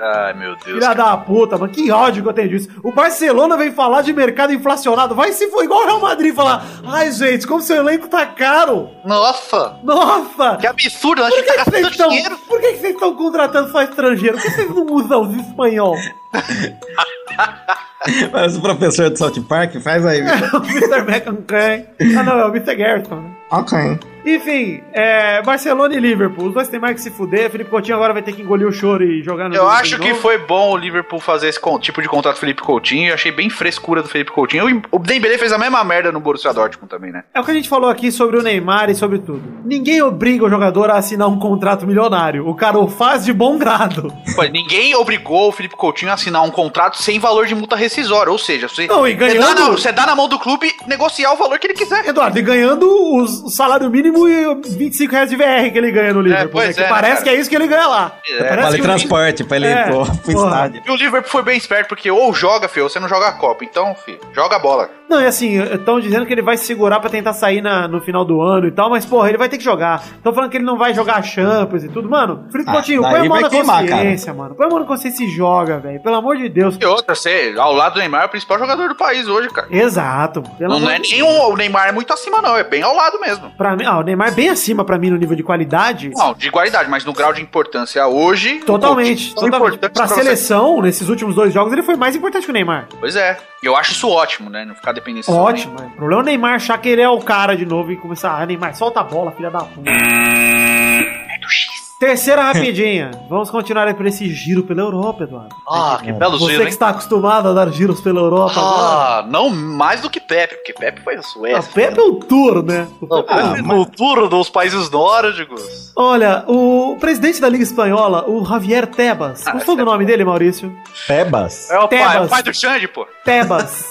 B: Ai, meu Deus.
A: Filha da puta, mano. Que ódio que eu tenho disso. O Barcelona vem falar de mercado inflacionado. Vai se for igual o Real Madrid falar. Ai, gente, como seu elenco tá caro.
F: Nossa,
A: Nossa.
F: que absurdo. Acho
A: Por
F: que
A: que,
F: tá
A: que vocês
F: gastando
A: estão,
F: dinheiro.
A: por que que vocês estão contratando só estrangeiro? Por que vocês não usam os espanhol?
C: Mas o professor do South Park faz aí.
A: o Mr. Beckham Kane. Ah, não, é o Mr. Gerson. né?
C: ok.
A: Enfim, é, Barcelona e Liverpool. Os dois tem mais que se fuder. Felipe Coutinho agora vai ter que engolir o choro e jogar no
B: Eu
A: Liverpool
B: acho
A: de
B: que
A: novo.
B: foi bom o Liverpool fazer esse con- tipo de contrato com o Felipe Coutinho. Eu achei bem frescura do Felipe Coutinho. O Dembélé fez a mesma merda no Borussia Dortmund também, né?
A: É o que a gente falou aqui sobre o Neymar e sobre tudo. Ninguém obriga o jogador a assinar um contrato milionário. O cara o faz de bom grado.
B: Pô, ninguém obrigou o Felipe Coutinho a assinar um contrato sem valor de multa rescisória. Ou seja, você,
A: Não, e
B: você, dá,
A: ganhando-
B: na, você dá na mão do clube negociar o valor que ele quiser.
A: Eduardo, e ganhando os- o salário mínimo e o 25 reais de VR que ele ganha no Liverpool.
B: pois
A: né? que
B: é, né,
A: parece
B: cara?
A: que é isso que ele ganha lá.
B: É,
A: parece
C: Vale
B: que-
C: transporte pra ele
A: É,
C: ir pro, pro
A: porra.
C: estádio.
B: E o Liverpool foi bem esperto, porque ou joga, filho, ou você não joga a Copa. Então, filho, joga a bola.
A: Não, e assim, estão dizendo que ele vai se segurar pra tentar sair na- no final do ano e tal, mas porra, ele vai ter que jogar. Estão falando que ele não vai jogar a Champions e tudo. Mano, Felipe
C: Ah,
A: Coutinho,
C: daí
A: põe a mão
C: vai
A: na
C: queimar, cara.
A: consciência, mano. Põe a mão na consciência e joga, velho. Pelo amor de Deus.
B: E outra, você, ao lado do Neymar, é o principal jogador do país hoje, cara.
A: Exato. Pelo
B: Não,
A: amor
B: é
A: de
B: nenhum. O Neymar é muito acima, não. É bem ao lado mesmo.
A: Pra mim, ah, o Neymar bem acima pra mim no nível de qualidade.
B: Não, de qualidade, mas no grau de importância hoje.
A: Totalmente.
B: o Coutinho é tão
A: totalmente.
B: importante
A: Pra
B: você-
A: seleção, nesses últimos dois jogos, ele foi mais importante que o Neymar.
B: Pois é. E eu acho isso ótimo, né? Não ficar dependendo só
A: Ótimo. O problema é o Neymar achar que ele é o cara de novo e começar. Ah, Neymar, solta a bola, filha da puta. Terceira rapidinha. Vamos continuar aí por esse giro pela Europa, Eduardo.
F: Ah, que belo giro,
A: Você que tá
F: hein?
A: está acostumado a dar giros pela Europa agora.
B: Ah, não mais do que Pepe, porque Pepe foi a
A: A
B: Suécia.
A: Pepe é o tour, né?
F: O futuro dos países nórdicos.
A: Olha, o presidente da Liga Espanhola, o Javier Tebas. Qual foi o nome dele, Maurício?
E: Pebas.
B: É o pai, é
A: Tebas.
B: o pai do Xande, pô.
A: Tebas.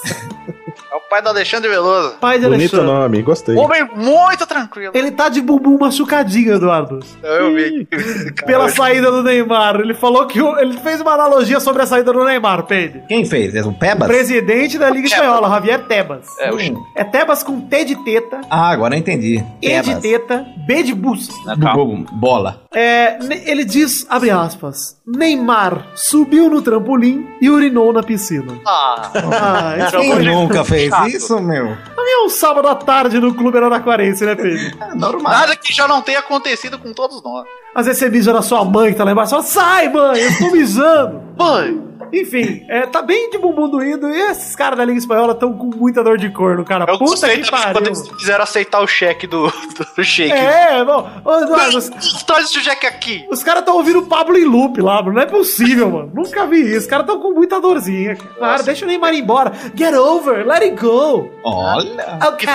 B: É o pai do Alexandre Veloso.
A: Pai de
E: Bonito
A: Alexandre.
E: nome, gostei.
B: Homem muito tranquilo.
A: Ele tá de bumbum machucadinho, Eduardo.
B: Eu vi. É
A: Pela saída do Neymar. Ele falou que. o- ele fez uma analogia sobre a saída do Neymar, Pedro.
C: Quem fez? É o Pebas?
A: Presidente da Liga
B: Tebas.
A: Espanhola, Javier Tebas.
B: É, o
C: Hum.
A: É Tebas com T de teta,
C: Ah, agora eu entendi.
A: E é de teta, B de busto.
B: né?
C: Google, bola.
A: É, ne- ele diz, abre aspas, Neymar subiu no trampolim e urinou na piscina.
F: Ah,
A: Ah, isso
C: Quem
A: foi-
C: nunca fez
F: chato.
C: isso, meu?
A: é um sábado à tarde no Clube Araraquarense, né, Pedro?
C: É normal.
B: Nada que já não tenha acontecido com todos nós.
A: Às vezes você mija na sua mãe que tá lá embaixo, fala, sai mãe, eu tô mijando.
F: mãe.
A: Enfim, é, tá bem de bumbum doído e esses caras da Liga Espanhola estão com muita dor de corno, cara.
B: Eu
A: Puta
B: gostei
A: que
B: também quando
A: pariu.
B: eles quiseram aceitar o cheque do, do Shake.
A: É, bom, ô, Eduardo, os,
B: Traz esse cheque aqui.
A: os caras estão ouvindo o Pablo em loop lá, mano. Não é possível, mano. Nunca vi isso. Os caras estão com muita dorzinha. cara. Claro, deixa o Neymar ir embora. Get over, let it go.
C: Olha.
A: Ok.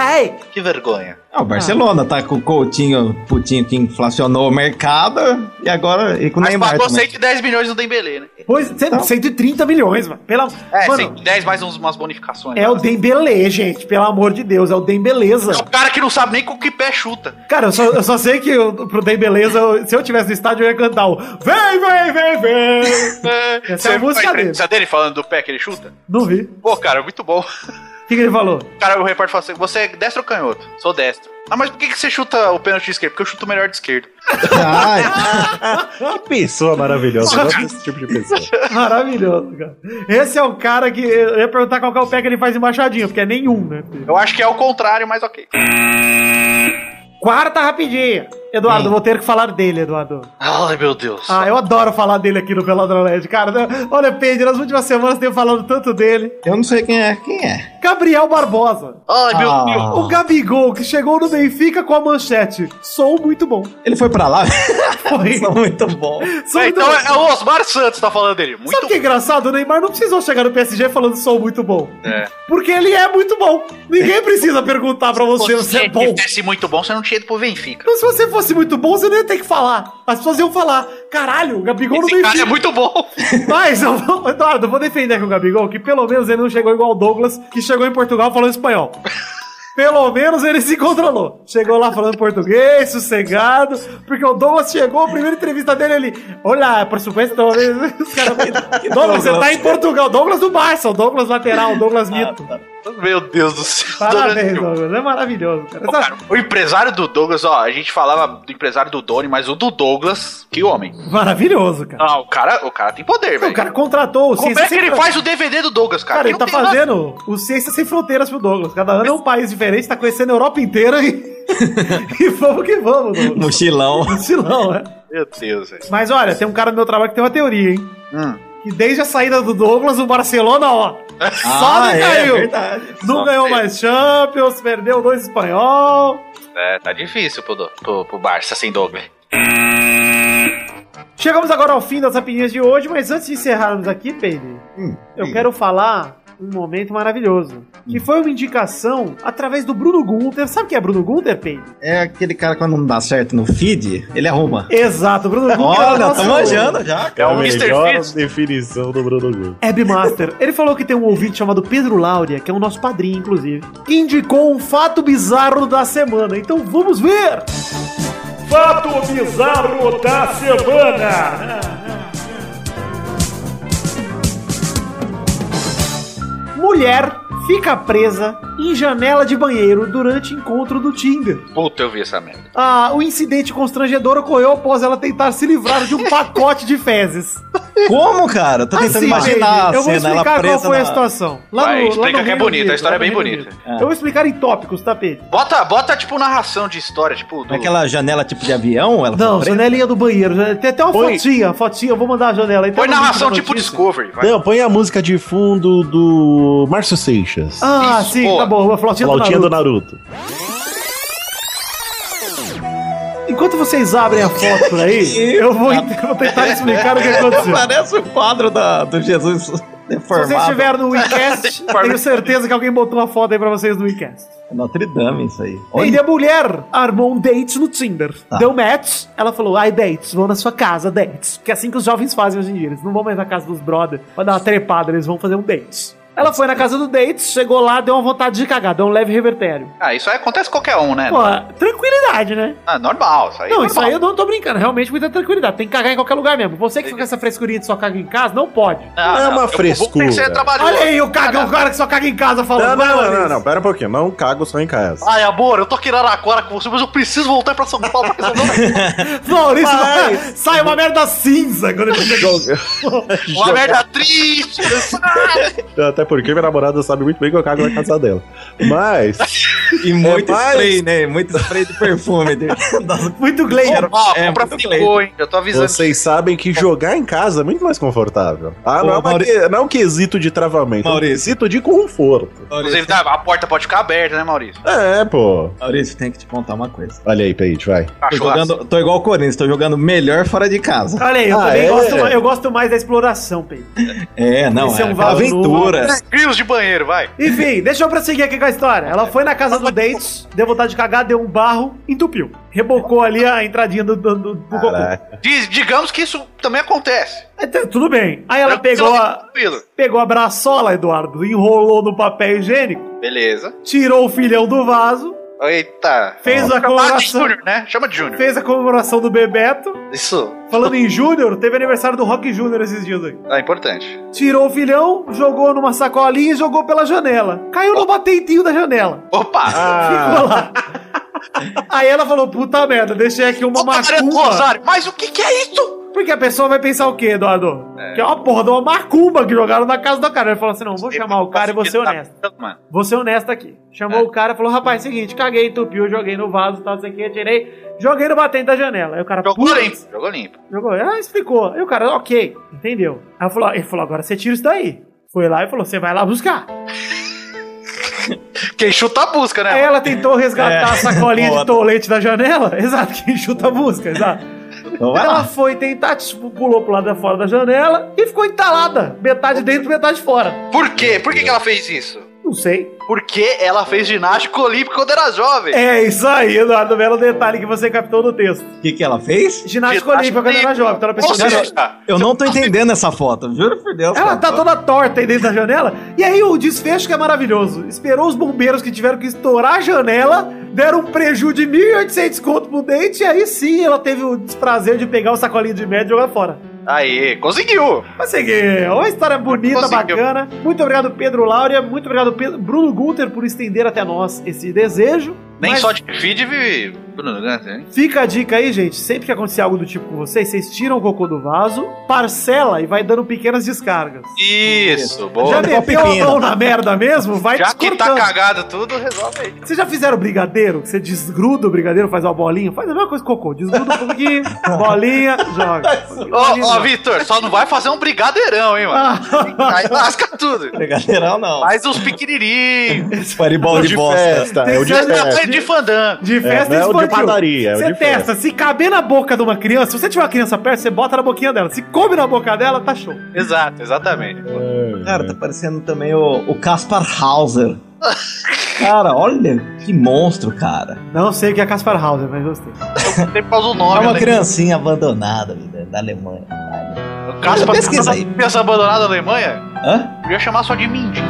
F: Que vergonha.
C: Ah, o Barcelona tá com o Coutinho, putinho que inflacionou o mercado e agora e com o
B: Mas
C: Neymar
B: pagou
C: também.
B: 110 milhões no Dembélé, né?
A: Pois, cento- 130 milhões, mano. Pela,
B: É,
A: mano,
B: 110 mais uns, umas bonificações.
A: é o
B: Né?
A: Dembele, gente. Pelo amor de Deus, é o Dembeleza.
B: É o cara que não sabe nem com que pé chuta.
A: Cara, eu só, eu só sei que eu, pro Tem Beleza, eu- se eu tivesse no estádio, eu ia cantar o Vem, vem, vem, vem.
B: É,
A: Essa é a música dele.
B: entrevista dele falando do pé que ele chuta?
A: Não vi.
B: Pô, cara, muito bom.
A: O que, que ele falou?
B: Cara, o repórter fala assim: você é destro ou canhoto? Sou destro. Ah, mas por que, que você chuta o pênalti de esquerda? Porque eu chuto melhor de esquerda.
C: Ai,
E: Que pessoa maravilhosa. Eu gosto desse tipo de pessoa.
A: Maravilhoso, cara. Esse é o cara que. Eu ia perguntar qual que é o pé que ele faz embaixadinha, porque é nenhum, né?
B: Eu acho que é o contrário, mas ok.
A: Quarta rapidinha. Eduardo, vou ter que falar dele, Eduardo.
F: Ai, meu Deus.
A: Ah, eu adoro falar dele aqui no Peladronete, cara. né? Olha, Pedro, nas últimas semanas tenho falado tanto dele.
C: Eu não sei quem é. Quem é?
A: Gabriel Barbosa.
F: Ai, meu
C: Ah.
F: Deus.
A: O Gabigol, que chegou no Benfica com a manchete. Sou muito bom.
C: Ele foi pra lá.
A: Foi.
C: Isso é muito bom.
A: Sou
F: É,
A: muito
F: então
A: bom.
F: é, é o Osmar Santos que tá falando dele.
A: Sabe
F: Muito
A: o que é engraçado? O Neymar não precisou chegar no PSG falando sou muito bom.
B: É.
A: Porque ele é muito bom. Ninguém precisa perguntar pra você,
B: se
A: você
B: você
A: é bom.
B: tivesse muito bom, você não tinha ido pro Benfica.
A: Mas se você fosse muito bom, você não ia ter que falar. As pessoas iam falar. Caralho, o Gabigol
F: Esse
A: no
F: cara
A: Benfica.
F: é muito bom.
A: Mas, eu vou, Eduardo, eu vou defender aqui o Gabigol, que pelo menos ele não chegou igual o Douglas, que chegou em Portugal falando espanhol. Pelo menos ele se controlou. Chegou lá falando português, sossegado, porque o Douglas chegou, a primeira entrevista dele, ele... Olá, por supuesto... Os caras... Douglas, você tá em Portugal. Douglas do Barça, o Douglas lateral, o
B: Ah,
A: Douglas mito.
B: tá.
F: Meu Deus do céu.
A: Parabéns,
F: Douglas.
A: Douglas. É maravilhoso, cara.
B: Ô, cara, o empresário do Douglas, ó, a gente falava do empresário do Doni, mas o do Douglas, que homem.
A: Maravilhoso, cara.
B: Ah, o cara, o cara tem poder,
A: O
B: velho.
A: cara contratou o
B: Como
A: Ciência
B: é que
A: Sem
B: ele
A: Fronteiras.
B: faz o DVD do Douglas, cara?
A: Cara,
B: Que não
A: ele tá
B: tem nada-
A: fazendo o Ciência Sem Fronteiras pro Douglas. Cada ano é um país diferente, tá conhecendo a Europa inteira e, e vamos que vamos, Douglas.
C: Mochilão.
A: Mochilão, é.
B: Meu Deus, velho.
A: Mas olha, tem um cara no meu trabalho que tem uma teoria, hein?
B: Hum.
A: Que desde a saída do Douglas, o Barcelona, ó, só
C: Ah, é,
A: decaiu.
C: verdade.
A: Não
B: Só
A: ganhou
B: sei.
A: mais Champions, perdeu dois espanhol.
B: É, tá difícil pro, Do- pro, pro Barça sem Douglas.
A: Chegamos agora ao fim das rapidinhas de hoje, mas antes de encerrarmos aqui, Peide,
C: Hum,
A: eu
C: sim.
A: quero falar um momento maravilhoso. Que foi uma indicação através do Bruno Gunter. Sabe quem é Bruno Gunter, Peide?
C: É aquele cara que quando não dá certo no feed, ele arruma.
A: Exato, Bruno Guga.
C: Olha,
A: nosso
C: tá manjando já.
E: É
B: o
E: a
B: Mr.
E: melhor
B: Fitz.
E: definição do Bruno Gu.
A: Webmaster. Ele falou que tem um ouvinte chamado Pedro Lauria, que é o nosso padrinho, inclusive, que indicou um fato bizarro da semana. Então vamos ver! Fato bizarro da semana! Mulher fica presa em janela de banheiro durante encontro do Tinder.
B: Puta, eu vi essa merda.
A: Ah, o incidente constrangedor ocorreu após ela tentar se livrar de um pacote de fezes.
C: Como, cara? Tô tentando
A: Assim,
C: imaginar
A: gente,
C: a
A: eu vou
C: cena, ela
A: explicar qual
C: presa
A: foi a
C: na...
A: situação.
B: Vai, explica
A: no
B: que é
A: Reino
B: bonita, a história é
A: lá no
B: bem
A: Reino
B: bonita.
A: Unido. Eu vou explicar em tópicos, tá, Pedro?
B: Bota, bota tipo, narração de história, tipo... Do...
C: Naquela janela tipo de avião, ela
A: Não,
C: foi presa?
A: janelinha do banheiro. janela- Tem até uma
E: Põe.
A: fotinha, fotinha, eu vou mandar a janela. aí, tem
B: Foi
A: um link
B: narração
A: da
B: tipo
A: notícia.
B: Discovery, vai.
E: Não, põe a música de fundo do Márcio Seixas.
A: Ah,
B: Isso,
A: sim,
B: boa.
A: tá bom, a flautinha,
E: Flautinha
A: do,
E: do
A: Naruto.
E: Naruto.
A: Enquanto vocês abrem a foto por aí, eu vou, eu vou tentar explicar o que aconteceu.
B: Tá
C: Parece o quadro da, do Jesus
A: Se vocês
C: deformado.
A: estiverem no WeCast, tenho certeza que alguém botou uma foto aí pra vocês no WeCast.
C: Notre Dame, isso aí.
A: Ele
C: Olha,
A: é mulher, armou um date no Tinder.
C: Tá.
A: Deu match, ela falou, ai, dates, vão na sua casa, dates. Que é assim que os jovens fazem hoje em dia. Eles não vão mais na casa dos brother pra dar uma trepada, eles vão fazer um date. Ela foi na casa do date, chegou lá, deu uma vontade de cagar, deu um leve revertério.
B: Ah, isso aí acontece com qualquer um, né?
A: Pô, tranquilidade, né?
B: Ah, normal, isso aí. é
A: Não, isso
B: normal.
A: aí eu não tô brincando, realmente muita tranquilidade. Tem que cagar em qualquer lugar mesmo. Você que fica com essa frescurinha de só caga em casa, não pode.
B: Ah, Não,
E: É uma
B: eu- eu vou ter que ser
E: frescura.
B: trabalhoso.
A: Olha aí o cagão, o cara que só caga em casa falando.
E: pera um pouquinho. Não cago só em casa.
F: Ai, amor, eu tô querendo agora com você, mas eu preciso voltar pra São Paulo porque senão
A: Maurício, sai uma merda cinza quando ele chega.
F: uma merda triste.
B: é
E: Até porque minha namorada sabe muito bem que eu cago na casa dela. Mas.
C: e muito
E: é mais-
C: spray, né? Muito spray de perfume. né? de- das-
A: Muito Glazer.
B: Ó,
C: É,
B: compra
C: muito
B: ficou, hein? Eu tô avisando.
E: Vocês sabem que jogar em casa é muito mais confortável. Ah,
C: Ô,
E: não, é uma
C: Mauri-
E: que- não é um quesito de travamento, é um
C: Maurício.
E: quesito de conforto.
B: Inclusive,
C: Maurício,
B: tá, a porta pode ficar aberta, né, Maurício?
E: É, pô.
C: Maurício, tem que te contar uma coisa.
E: Olha aí, Peite, vai.
B: Tá
C: Tô,
B: churrasco.
C: jogando, tô igual o Corinthians, tô jogando melhor fora de casa.
A: Olha aí, eu
E: Ah,
A: também
E: é?
A: gosto, ma- eu gosto mais da exploração, Pedro.
C: É, não,
A: Esse
C: é,
A: é um
C: aquela
A: valor É.
C: aventura.
B: Grilos de banheiro, vai.
A: Enfim, deixa eu prosseguir aqui com a história. Ela foi na casa do Dates, deu vontade de cagar, deu um barro, entupiu. Rebocou ali a entradinha do, do, do, do cocô.
E: Caraca.
B: Diz- digamos que isso também acontece.
A: É, tá- Tudo bem. Aí ela
B: Tranquilo,
A: pegou a,
B: tranquilo.
A: pegou a braçola, Eduardo, enrolou no papel higiênico,
B: Beleza.
A: tirou o filhão do vaso,
B: Eita.
A: Fez a
B: Chamar de
A: comemoração.
B: Júnior, né? Chama de Júnior.
A: fez a comemoração do Bebeto.
B: Isso.
A: Falando em Júnior, teve aniversário do Rock Júnior esses dias aí.
B: É importante.
A: Tirou o filhão, jogou numa sacolinha e jogou pela janela. Caiu no batentinho da janela.
B: Opa!
A: Ficou lá. Aí ela falou, puta merda, deixei aqui uma
B: Opa, Mariano
A: macumba.
B: Rosário, mas o que que é isso?
A: Porque a pessoa vai pensar o quê, Eduardo? Que é uma porra de uma macumba que jogaram na casa do cara. Ele falou assim: não, vou chamar o cara e vou ser honesto.
B: tá Mano.
A: Vou ser honesto aqui. Chamou o cara e falou: rapaz, seguinte, caguei, entupiu, joguei no vaso, tal, isso aqui, atirei, joguei no batente da janela. Aí o cara.
B: Jogou
A: "Putz,
B: limpo, jogou limpo.
A: Jogou. Ah, explicou. Aí o cara, ok, entendeu. Aí eu falou, ele falou, agora você tira isso daí. Foi lá e falou, você vai lá buscar.
B: Quem chuta a busca, né?
A: Aí ela tentou resgatar a sacolinha de
C: Foda.
A: tolete da janela. Exato, quem chuta a busca, exato.
C: Então vai
A: Ela
C: lá.
A: foi tentar, tipo, pulou pro lado da fora da janela e ficou entalada. Metade dentro, metade fora.
B: Por quê? Por que, que ela fez isso?
A: Não sei.
B: Porque ela fez ginástica olímpica quando era jovem.
A: É isso aí, Eduardo. Belo detalhe que você captou no texto.
C: O que, que ela fez?
A: Ginástica olímpica quando era jovem. Então ela pensou,
B: Ou seja,
A: "Garoto,
C: Eu não tô entendendo essa foto, juro por Deus. cara.
A: Ela tá toda torta aí dentro da janela. E aí o desfecho que é maravilhoso. Esperou os bombeiros que tiveram que estourar a janela, deram um prejuízo de 1.800 conto pro dente, e aí sim ela teve o desprazer de pegar o sacolinho de merda e jogar fora.
B: Aí, conseguiu.
A: Mas seguiu. Uma história bonita,
B: Conseguiu.
A: bacana. Muito obrigado, Pedro Laura. Muito obrigado, Pedro- Bruno Gunter, por estender até nós esse desejo.
B: Nem
A: Mas-
B: só de feed vive. Bruno Gantt, hein?
A: Fica a dica aí, gente. Sempre que acontecer algo do tipo com vocês, vocês tiram o cocô do vaso, parcela e vai dando pequenas descargas.
B: Isso,
A: Já
B: boa.
C: Dá uma
A: meteu a
C: pequena.
A: mão na merda mesmo? Vai
B: Já que tá
A: descortando.
B: cagado tudo, resolve aí.
A: Vocês já fizeram brigadeiro? Que você desgruda o brigadeiro, faz uma bolinha? Faz a mesma coisa que cocô. Desgruda um pouquinho, bolinha, joga.
B: Ô, ó, Vitor, só não vai fazer um brigadeirão, hein, mano? Aí lasca tudo.
C: Brigadeiral não.
B: Faz uns pequenininhos.
C: Paribol de bosta.
E: festa, é o de
B: Você tá
E: festa.
B: saindo de fandango.
A: de festa
E: não é o de
A: infantil.
E: padaria, é o
A: Você
E: de
A: testa. Se caber na boca de uma criança, se você tiver uma criança perto, você bota na boquinha dela. Se come na boca dela, tá show.
B: Exato, exatamente.
C: Cara, tá parecendo também o, o Kaspar Hauser. Cara, olha que monstro, cara.
A: Não sei o que é Caspar Hauser, mas gostei.
B: Tem por causa do
C: É
B: nome,
C: uma
B: né?
C: criancinha abandonada ali da, da Alemanha.
B: Caspa
C: Pesquisa aí.
B: criança abandonada na Alemanha?
C: Hã?
B: Eu ia chamar só de Mindy.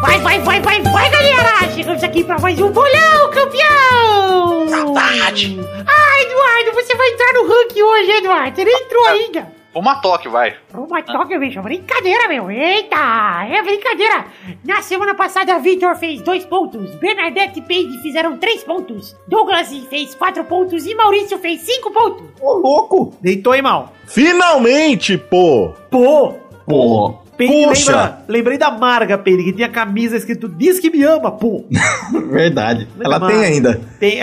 G: Vai, vai, vai, vai, vai, galera! Chegamos aqui pra mais um bolão, campeão! Saudade! Ah, Eduardo, você vai entrar no ranking hoje, Eduardo! Você nem entrou ainda!
B: Uma toque, vai.
G: Uma toca, bicho, é brincadeira, meu! Eita! É brincadeira! Na semana passada, Victor fez dois pontos, Bernadette e Paige fizeram três pontos, Douglas fez quatro pontos e Maurício fez cinco pontos!
C: Ô, louco!
A: Deitou em mal.
E: Finalmente, pô!
A: Pô!
C: Pô,
A: Penny
C: Puxa.
A: lembra, lembrei da Marga Penny, que tinha camisa escrito Diz que me ama, pô.
C: verdade. Ela
A: Nunca
C: tem
A: mais.
C: ainda.
A: Tem...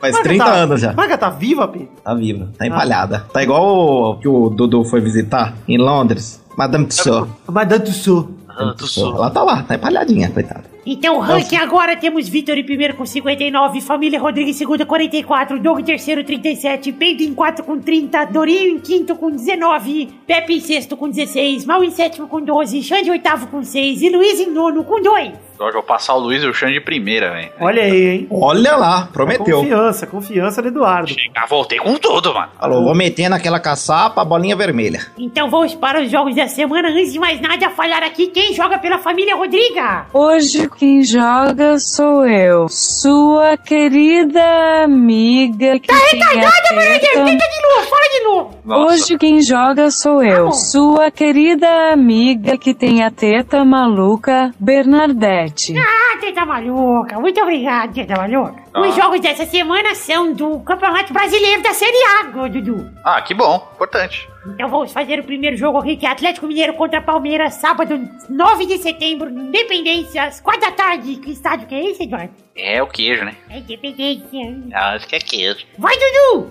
C: Faz
A: Marga
C: 30
A: tá-
C: anos já.
A: Marga tá viva, Penny?
C: Tá viva, tá empalhada. Tá igual o que o Dudu foi visitar em Londres. É Madame Tussauds.
A: Mas dando sou.
B: Ah, tu sou.
C: Ela tá lá, tá empalhadinha, coitada.
G: Então, ranking agora temos Vitor em primeiro com 59, Família Rodrigues em segundo 44, Doug em terceiro 37, Pedro em quarto com 30, Dorinho em quinto com 19, Pepe em sexto com 16, Mal em sétimo com 12, Xande em oitavo com 6 e Luiz em nono com 2.
B: Jorge, vou passar o Luiz e o Xande de primeira, velho.
A: Olha aí, hein?
C: Olha lá,
A: Tá
C: prometeu.
A: Confiança, confiança do Eduardo.
B: Ah, voltei com tudo, mano.
C: Falou, vou meter naquela caçapa a bolinha vermelha.
G: Então vamos para os jogos da semana. Antes de mais nada, falar aqui quem joga pela Família Rodriga.
H: Hoje quem joga sou eu, sua querida amiga que tá retardada,
G: Tenta de novo, fala de novo.
B: Nossa.
H: Hoje quem joga sou eu,
G: bom.
H: sua querida amiga que tem a teta maluca, Bernadette.
G: Ah, Teta Maluca, muito obrigado, Teta Maluca. Os jogos dessa semana são do Campeonato Brasileiro da Série A, Dudu.
B: Ah, que bom. Importante.
G: Então vamos fazer o primeiro jogo aqui, que é Atlético Mineiro contra Palmeiras, sábado 9 de setembro, Independência, às 4 da tarde. Que estádio que é esse, Eduardo?
B: É o queijo, né?
G: É Independência.
B: Acho que é queijo.
G: Vai, Dudu!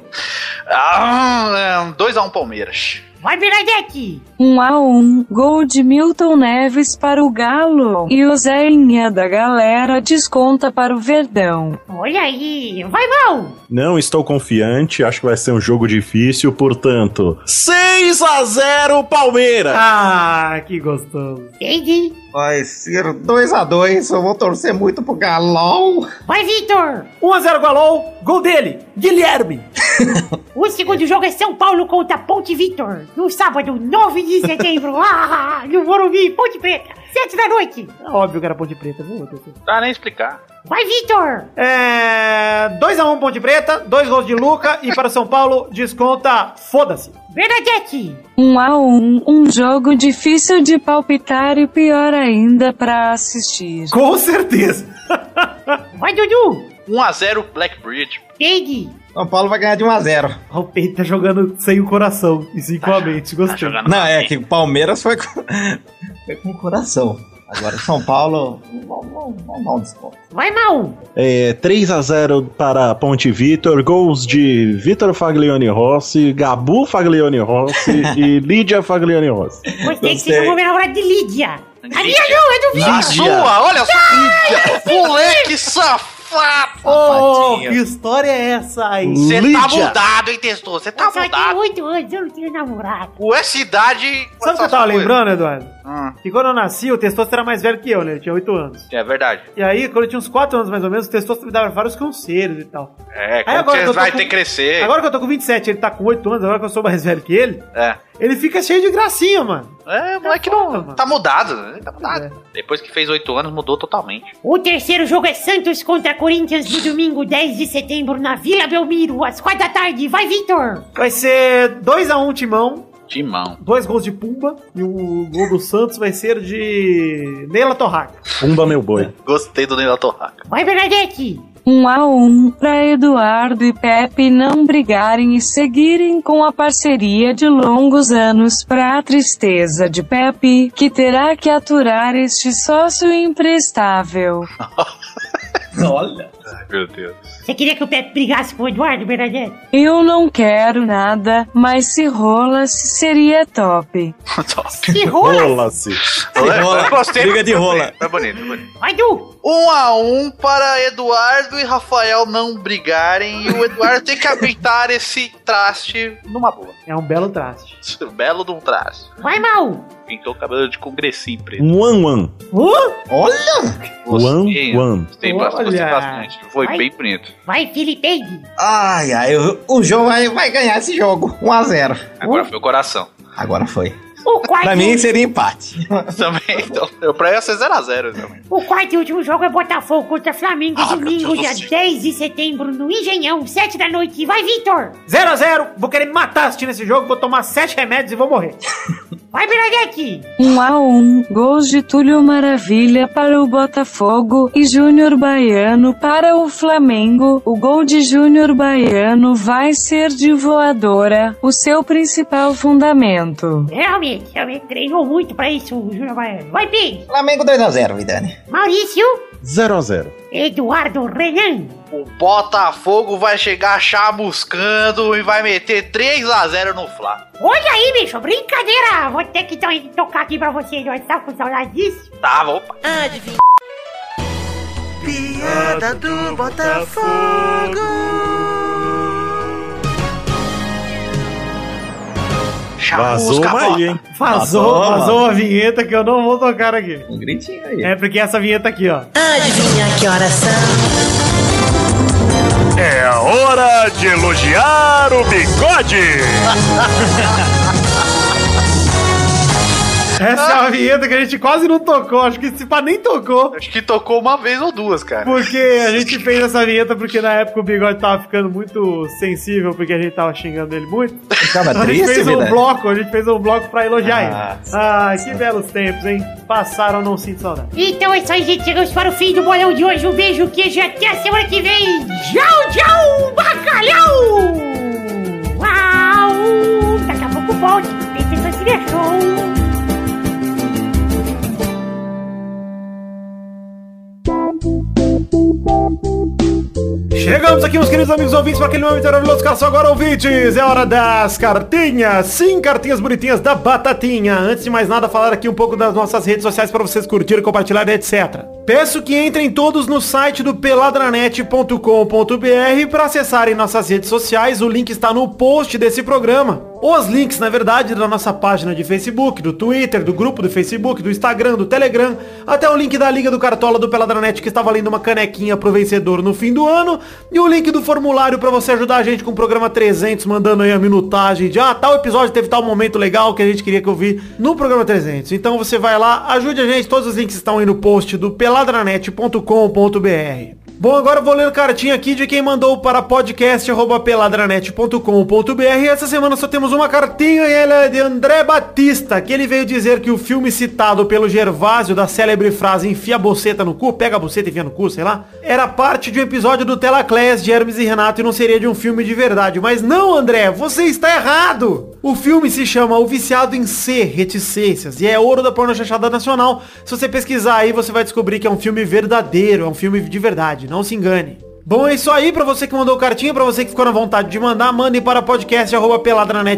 B: Ah, 2x1 Palmeiras.
G: Vai, Bernadette!
H: Um a um, gol de Milton Neves para o Galo e o Zéinha da galera desconta para o Verdão.
G: Olha aí! Vai, Mal!
E: Não estou confiante, acho que vai ser um jogo difícil, portanto. 6 a 0 Palmeiras!
A: Ah, que gostoso.
G: Entendi!
C: Vai ser 2x2, eu vou torcer muito pro galão.
G: Vai, Vitor!
A: 1x0 Galol, gol dele, Guilherme.
G: O segundo jogo é São Paulo contra Ponte Vitor, no sábado 9 de setembro, ah, no Morumbi, Ponte Preta, 7 da noite.
A: É óbvio que era pão de preta, viu?
B: Não dá nem explicar.
G: Vai, Vitor!
A: É, 2x1 Ponte Preta, dois gols de Luca e para o São Paulo desconta, foda-se.
G: Bernadette!
H: 1 a 1, um jogo difícil de palpitar e pior ainda pra assistir.
A: Com certeza.
G: Vai, Dudu!
B: 1x0 Blackbridge.
G: Peide!
C: São Paulo vai ganhar de 1x0.
A: O Peito tá jogando sem o coração e sim com a mente,
B: Tá
A: gostei.
B: jogando
C: Não, é que o Palmeiras foi com, foi com o coração. Agora São Paulo. Vamos vamos- vamos dar um desconto.
G: Vai, Mal!
E: É, 3x0 para Ponte Vitor, gols de Vitor Faglione Rossi, Gabu Faglione Rossi e Lídia Faglione Rossi.
G: Gostei que você
C: Gostei.
G: chamou minha namorada de Lídia! A minha
B: Lídia.
G: não, é do Vitor!
B: Na sua, olha só. Moleque safado.
A: Oh, que história é essa aí?
B: Você tá
E: Lídia.
B: mudado, hein, Testor? Você tá
G: Eu
A: é
G: só tenho
B: mudado.
G: oito anos, eu não tenho namorado.
B: Ué, cidade... com
A: Sabe o que eu
B: essas
A: tava
B: coisas.
A: lembrando, Eduardo?
B: Hum.
A: Que quando eu nasci, o Testoso era mais velho que eu, né? Ele tinha 8 anos.
B: É verdade.
A: E aí, quando eu tinha uns 4 anos mais ou menos, o Testoso me dava vários conselhos e tal.
B: É,
A: Aí
B: quando
A: agora que
B: você
A: eu tô
B: vai
A: com-
B: ter que crescer.
A: Agora que eu tô com 27, ele tá com 8 anos, agora que eu sou mais velho que ele,
B: É.
A: ele fica cheio de gracinha, mano.
B: É, o moleque
A: Tá bom,
B: não.
A: mano.
B: Tá mudado, né? Tá mudado. Depois que fez oito anos, mudou totalmente.
G: O terceiro jogo é Santos contra Corinthians no domingo, 10 de setembro, na Vila Belmiro, às 4 da tarde. Vai, Vitor!
A: Vai ser 2x1 Timão,
B: Timão.
A: dois gols de Pumba, e o gol do Santos vai ser de Neila Torraca.
E: Pumba meu boi.
B: Gostei do Neila Torraca.
G: Vai, Bernadette!
H: 1 a 1 pra Eduardo e Pepe não brigarem e seguirem com a parceria de longos anos pra tristeza de Pepe, que terá que aturar este sócio imprestável.
B: Ai, meu Deus.
G: Você queria que o Pepe brigasse com o Eduardo, Bernadette?
H: Eu não quero nada, mas se rola seria top.
G: Que rola!
E: Rola-se.
C: rola.
B: Eu gostei.
C: Briga de rola.
B: Tá bonito, tá bonito.
G: Vai, Du!
B: Um a um para Eduardo e Rafael não brigarem. E o Eduardo tem que habitar esse traste numa boa.
A: É um belo traste.
B: Belo de um traste.
G: Vai, Mal!
B: Pintou o cabelo de congressinho preto.
E: One One.
A: Uh,
E: One One.
B: Gostei bastante, gostei
A: Olha.
B: bastante. Foi
G: Ai.
B: bem bonito.
G: Vai, Filipeide!
C: Ai, ai, o- o João vai, vai ganhar esse jogo. 1x0.
B: Agora foi o coração.
C: Uh, Agora foi.
G: O quarto,
C: Pra mim seria empate.
B: também, então. Eu, pra essa é 0x0 também.
G: o quarto e último jogo é Botafogo contra Flamengo,
B: Ah,
G: domingo,
B: meu Deus
G: dia
B: do céu.
G: 10 de setembro, no Engenhão, 7 da noite. Vai, Vitor!
A: 0x0, vou querer me matar assistindo esse jogo, vou tomar 7 remédios e vou morrer.
G: Vai, Bernadette!
H: 1 a 1 gols de Túlio Maravilha para o Botafogo e Júnior Baiano para o Flamengo. O gol de Júnior Baiano vai ser de voadora, o seu principal fundamento.
G: Realmente, realmente treinou muito pra isso, o Júnior Baiano. Vai, Pig!
C: Flamengo 2x0, Vidani.
G: Maurício,
E: 0x0.
G: Eduardo Renan.
B: O Botafogo vai chegar chamuscando e vai meter 3x0 no Fla.
G: Olha aí, bicho, brincadeira! Vou ter que to- tocar aqui pra vocês, ó. Tá com saudade disso?
B: Tá, opa.
E: Vazou
B: Chamusca,
E: uma aí,
B: bota.
E: hein?
A: Vazou,
C: Vazou,
A: vazou uma vinheta que eu não vou tocar aqui.
C: Um gritinho aí.
A: É porque essa vinheta aqui, ó.
I: É hora de elogiar o bigode.
A: Essa é uma vinheta que a gente quase não tocou, acho que se pá nem tocou.
B: Acho que tocou uma vez ou duas, cara.
A: Porque a gente fez essa vinheta porque na época o bigode tava ficando muito sensível porque a gente tava xingando ele muito.
C: Ficava
A: Então a gente
C: triste,
A: fez um
C: Vidani.
A: bloco, a gente fez um bloco pra elogiar
C: Ah,
A: ele. Ah, que belos tempos, hein? Passaram, não sinto saudade.
G: Então é isso aí, gente. Chegamos para o fim do bolão de hoje. Um beijo, queijo e até a semana que vem. Tchau, tchau, bacalhau! Uau! Daqui a pouco volta. Tem pessoas que deixou.
A: Chegamos aqui, meus queridos amigos ouvintes, para aquele momento maravilhoso. Caçou agora, ouvintes! É hora das cartinhas! Sim, cartinhas bonitinhas da Batatinha! Antes de mais nada, falar aqui um pouco das nossas redes sociais para vocês curtirem, compartilharem, etc. Peço que entrem todos no site do peladranet.com.br para acessarem nossas redes sociais. O link está no post desse programa. Os links, na verdade, da nossa página de Facebook, do Twitter, do grupo do Facebook, do Instagram, do Telegram, até o link da Liga do Cartola do Peladranet que está valendo uma canequinha pro vencedor no fim do ano, e o link do formulário para você ajudar a gente com o programa 300, mandando aí a minutagem de, ah, tal episódio teve tal momento legal que a gente queria que eu vi no programa 300. Então você vai lá, ajude a gente, todos os links estão aí no post do peladranet.com.br. Bom, agora eu vou ler cartinha aqui de quem mandou para podcast.peladranet.com.br. Essa semana só temos uma cartinha e ela é de André Batista, que ele veio dizer que o filme citado pelo Gervásio da célebre frase enfia a boceta no cu, pega a boceta e enfia no cu, sei lá, era parte de um episódio do Telaclés de Hermes e Renato e não seria de um filme de verdade. Mas não, André, você está errado! O filme se chama O Viciado em C, Reticências, e é ouro da porno chachada nacional. Se você pesquisar aí, você vai descobrir que é um filme verdadeiro, é um filme de verdade, não se engane. Bom, é isso aí, pra você que mandou cartinha, pra você que ficou na vontade de mandar, mande para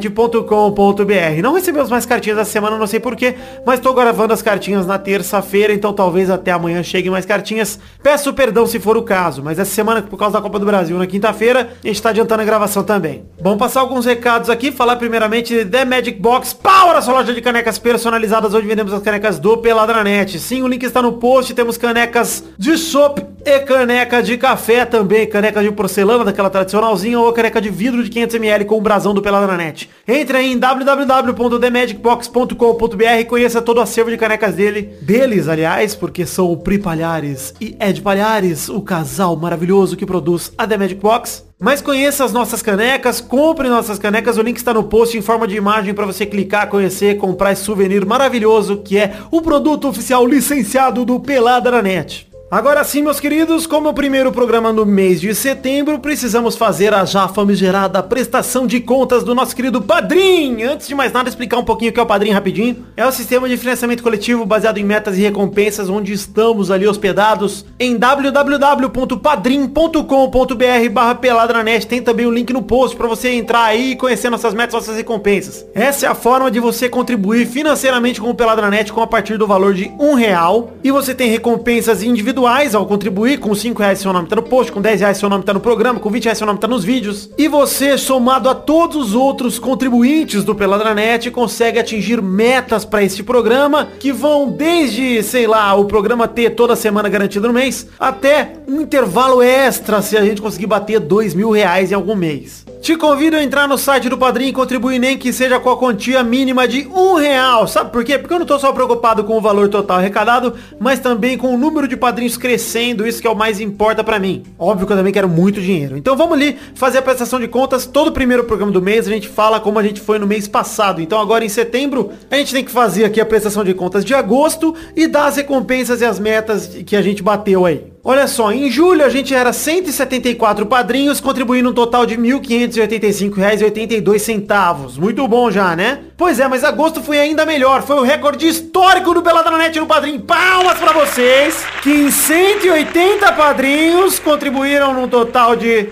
A: podcast@peladranet.com.br. Não recebemos mais cartinhas essa semana, não sei porquê, mas tô gravando as cartinhas na terça-feira, então talvez até amanhã cheguem mais cartinhas. Peço perdão se for o caso, mas essa semana, por causa da Copa do Brasil, na quinta-feira, a gente tá adiantando a gravação também. Bom, passar alguns recados aqui, falar primeiramente de The Magic Box Power, a sua loja de canecas personalizadas, onde vendemos as canecas do Peladranet. Sim, o link está no post, temos canecas de sopa e caneca de café também, caneca de porcelana, daquela tradicionalzinha, ou caneca de vidro de 500ml com o brasão do Peladranet. Entre aí em www.themagicbox.com.br e conheça todo o acervo de canecas dele, deles, aliás, porque são o Pri Palhares e Ed Palhares, o casal maravilhoso que produz a The Magic Box. Mas conheça as nossas canecas, compre nossas canecas, o link está no post em forma de imagem para você clicar, conhecer, comprar esse souvenir maravilhoso que é o produto oficial licenciado do Peladranet. Agora sim, meus queridos, como é o primeiro programa no mês de setembro, precisamos fazer a já famigerada prestação de contas do nosso querido Padrim. Antes de mais nada, explicar um pouquinho o que é o Padrim rapidinho. É o sistema de financiamento coletivo baseado em metas e recompensas, onde estamos ali hospedados em www.padrim.com.br barra peladranet. Tem também o link no post para você entrar aí e conhecer nossas metas, nossas recompensas. Essa é a forma de você contribuir financeiramente com o Peladranet com a partir do valor de um real. E você tem recompensas individuais individuais ao contribuir. Com 5 reais seu nome tá no post, com 10 reais seu nome tá no programa, com 20 reais seu nome tá nos vídeos. E você, somado a todos os outros contribuintes do Peladranet, consegue atingir metas para este programa que vão desde, sei lá, o programa ter toda semana garantido no mês, até um intervalo extra se a gente conseguir bater 2 mil reais em algum mês. Te convido a entrar no site do Padrim e contribuir nem que seja com a quantia mínima de um real. Sabe por quê? Porque eu não tô só preocupado com o valor total arrecadado, mas também com o número de padrinhos crescendo, isso que é o mais importa pra mim. Óbvio que eu também quero muito dinheiro. Então vamos ali fazer a prestação de contas. Todo primeiro programa do mês a gente fala como a gente foi no mês passado. Então agora em setembro a gente tem que fazer aqui a prestação de contas de agosto e dar as recompensas e as metas que a gente bateu aí. Olha só, em julho a gente era 174 padrinhos, contribuindo um total de R$ 1.585,82. Muito bom já, né? Pois é, mas agosto foi ainda melhor. Foi o recorde histórico do Peladranet no Padrim. Palmas pra vocês, que em 180 padrinhos contribuíram num total de R$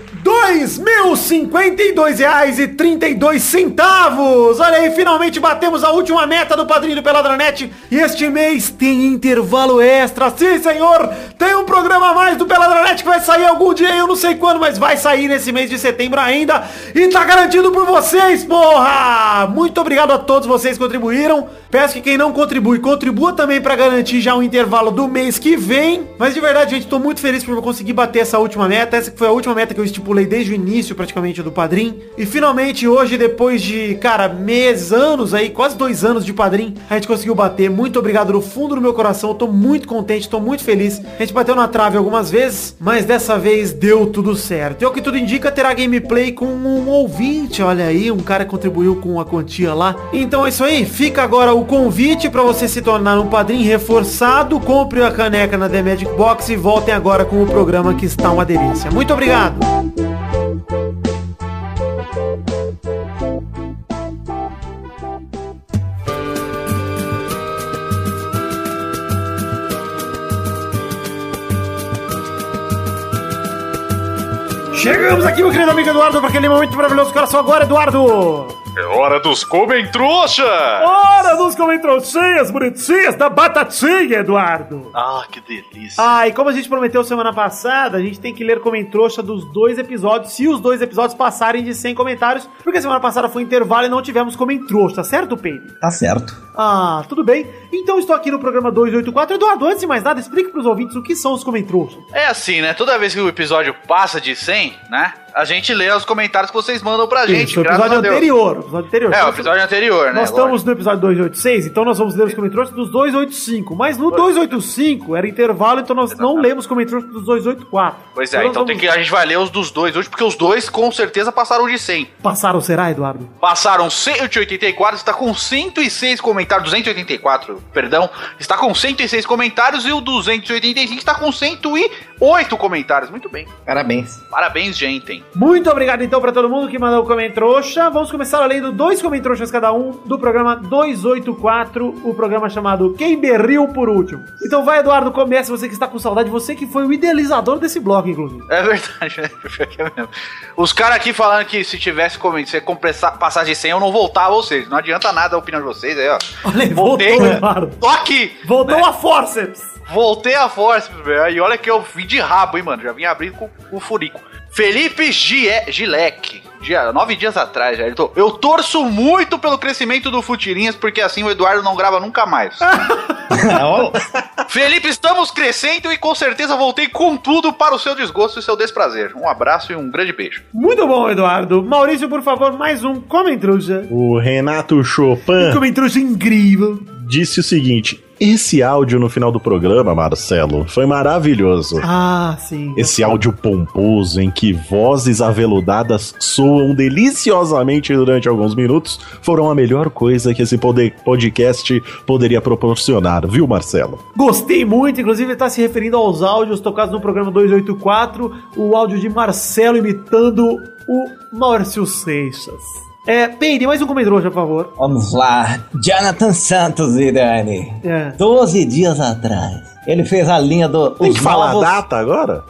A: 2.052,32. Olha aí, finalmente batemos a última meta do padrinho do Peladranet. E este mês tem intervalo extra. Sim, senhor, tem um programa programa mais do Peladranet que vai sair algum dia, eu não sei quando, mas vai sair nesse mês de setembro ainda. E tá garantido por vocês, porra! Muito obrigado a todos vocês que contribuíram. Peço que quem não contribui, contribua também para garantir já o intervalo do mês que vem. Mas de verdade, gente, tô muito feliz por conseguir bater essa última meta. Essa foi a última meta que eu estipulei desde o início, praticamente, do Padrim. E finalmente, hoje, depois de, cara, meses, anos aí, quase dois anos de Padrim, a gente conseguiu bater. Muito obrigado do fundo do meu coração. Eu tô muito contente, tô muito feliz. A gente bateu na trave algumas vezes, mas dessa vez deu tudo certo. E o que tudo indica, terá gameplay com um ouvinte, olha aí, um cara que contribuiu com a quantia lá. Então é isso aí, fica agora o convite para você se tornar um padrinho reforçado, compre a caneca na The Magic Box e voltem agora com o programa que está uma delícia. Muito obrigado! Chegamos aqui, meu querido amigo Eduardo, para aquele momento maravilhoso. Coração agora, Eduardo!
J: É hora dos comem trouxa!
A: Ora, nos comem trouxinhas bonitinhas da batatinha, Eduardo!
B: Ah, que delícia.
A: Ah, e como a gente prometeu semana passada, a gente tem que ler comentrouxa dos dois episódios, se os dois episódios passarem de 100 comentários, porque semana passada foi intervalo e não tivemos comentrouxa, tá certo, Peide?
C: Tá certo.
A: Ah, tudo bem. Então estou aqui no programa 284. Eduardo, antes de mais nada, explique pros ouvintes o que são os comentrouxas.
B: É assim, né? Toda vez que o episódio passa de 100, né? A gente lê os comentários que vocês mandam pra gente.
A: o
B: graças
A: episódio
B: a Deus.
A: anterior. o Episódio anterior.
B: É, o episódio anterior, né?
A: Nós
B: lógico.
A: estamos no episódio 286, então nós vamos ler os comentários dos 285. Mas
B: é.
A: no 285 era intervalo, então nós não lemos comentários dos 284.
B: Pois é, então tem que, a gente vai ler os dos dois hoje, porque os dois com certeza passaram de 100.
A: Passaram, será, Eduardo?
B: Passaram 184, está com 106 comentários, 284, perdão, está com 106 comentários e o 285 está com 108 comentários. Muito bem.
C: Parabéns.
B: Parabéns, gente.
A: Muito obrigado então pra todo mundo que mandou o comentrouxa. Vamos começar lendo dois comentrouxas cada um do programa 284, o programa chamado Quem Berriu por Último. Então vai, Eduardo, comece, você que está com saudade, você que foi o idealizador desse blog, inclusive.
B: É verdade, né? Pior que é mesmo. Os caras aqui falando que se tivesse comigo, se compressar, passar de 100, eu não voltava, ou seja, não adianta nada a opinião de vocês aí, ó.
A: Olha, aí,
B: Voltei. né?
A: voltou, Eduardo. Né?
B: Tô aqui!
A: Voltou a forceps.
B: Voltei a força, velho. E olha que eu vim de rabo, hein, mano. Já vim abrindo com o furico. Felipe Gie- Gilek. Dia, nove dias atrás, já. Ele to- Eu torço muito pelo crescimento do Futirinhas, porque assim o Eduardo não grava nunca mais. Felipe, estamos crescendo e com certeza voltei com tudo para o seu desgosto e seu desprazer. Um abraço e um grande beijo.
A: Muito bom, Eduardo. Maurício, por favor, mais um comentruja.
E: O Renato
K: Ah.
E: Chopin
A: Comentruja incrível.
E: disse o seguinte: esse áudio no final do programa, Marcelo, foi maravilhoso.
A: Ah, sim.
E: Esse áudio pomposo em que vozes aveludadas soam deliciosamente durante alguns minutos foram a melhor coisa que esse poder- podcast poderia proporcionar, viu, Marcelo?
A: Gostei muito, inclusive ele tá se referindo aos áudios tocados no programa 284, o áudio de Marcelo imitando o Márcio Seixas. É, Peide, mais um comentário, por favor.
K: Vamos lá. Jonathan Santos, Irani.
A: É.
K: 12 dias atrás. Ele fez a linha do.
E: Tem
K: os
E: que falar a
K: novos-
E: data agora?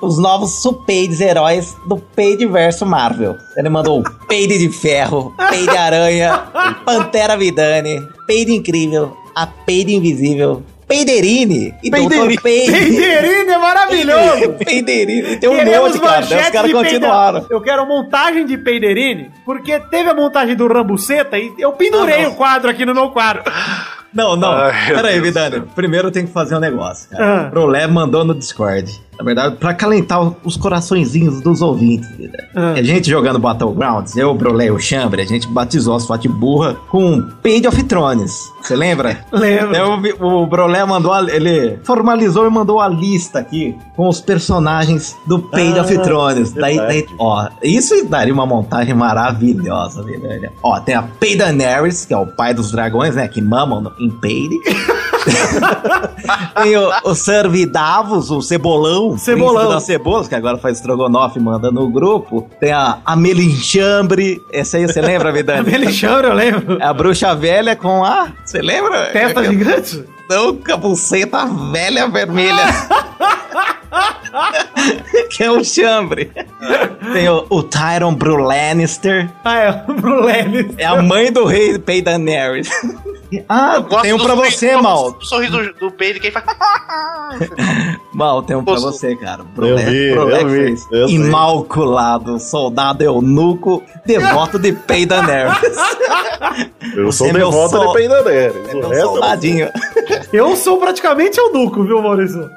K: os novos supeides heróis do Peide verso Marvel. Ele mandou o Peide de Ferro, Peide Aranha, Pantera Vidane, Peide Incrível, a Peide Invisível, Peiderine e Doutor Peide.
A: Peiderino Então, é maravilhoso!
K: Peiderine, tem um
A: Queremos
K: monte, cara. Daí Os
A: manchete
K: caras
A: de
K: continuaram.
A: Peiderine. Eu quero montagem de Peiderine, porque teve a montagem do Rambuceta e eu
K: Ah,
A: pendurei o quadro aqui no meu quarto.
C: Não, não.
K: Peraí, Vidane.
C: Primeiro eu tenho que fazer um negócio,
A: Ah.
C: cara. O Lé mandou no Discord. Na verdade, pra calentar o- os coraçõezinhos dos ouvintes. Vidane.
A: Ah.
C: A gente jogando Battlegrounds, eu, o Brolé e o Chambre, a gente batizou as fat burra com Page of Thrones. Você lembra?
A: Lembro.
K: É,
C: Daí o É, Vi- o Brolé mandou, a- ele formalizou e mandou a lista aqui com os personagens do Page
E: Ah,
C: of Thrones. Daí,
E: verdade.
C: daí, ó, isso daria uma montagem maravilhosa, Vidane. Ó, tem a Peidaneris, que é o pai dos dragões, né, que mamam no- em Peide.
K: Tem o, o Servidavos, o Cebolão.
A: Cebolão.
C: Príncipe da Cebolas, que agora faz estrogonofe e manda no grupo. Tem a Amelinxambre. Essa aí você lembra,
A: A
C: Vidani?
A: Belichambra, eu lembro.
C: É a bruxa velha com a. Você lembra?
A: Testa gigante?
C: Não, capuceta velha vermelha. que é o chambre. Tem o, o Tyron Brulannister.
A: Ah, é, pro Lelis.
C: É a mãe do rei Peidaneris. Ah,
B: Eu gosto
C: tem um
B: dos
C: pra
B: peitos,
C: você,
B: do-
C: Mal.
B: do Sorriso do peito, quem faz.
C: Mal, tem um pra
B: Posso-
C: você, cara.
E: Eu vi,
C: Brolé
E: eu vi,
C: fez.
E: eu sei.
C: Imaculado, soldado eunuco, devoto de Peidaneris.
E: Eu
C: Você
E: sou
C: é meu
E: devoto
C: sol-
E: de Peidaneres. O
C: Meu
E: resto
C: soldadinho.
A: Eu sou praticamente eunuco, viu, Maurício?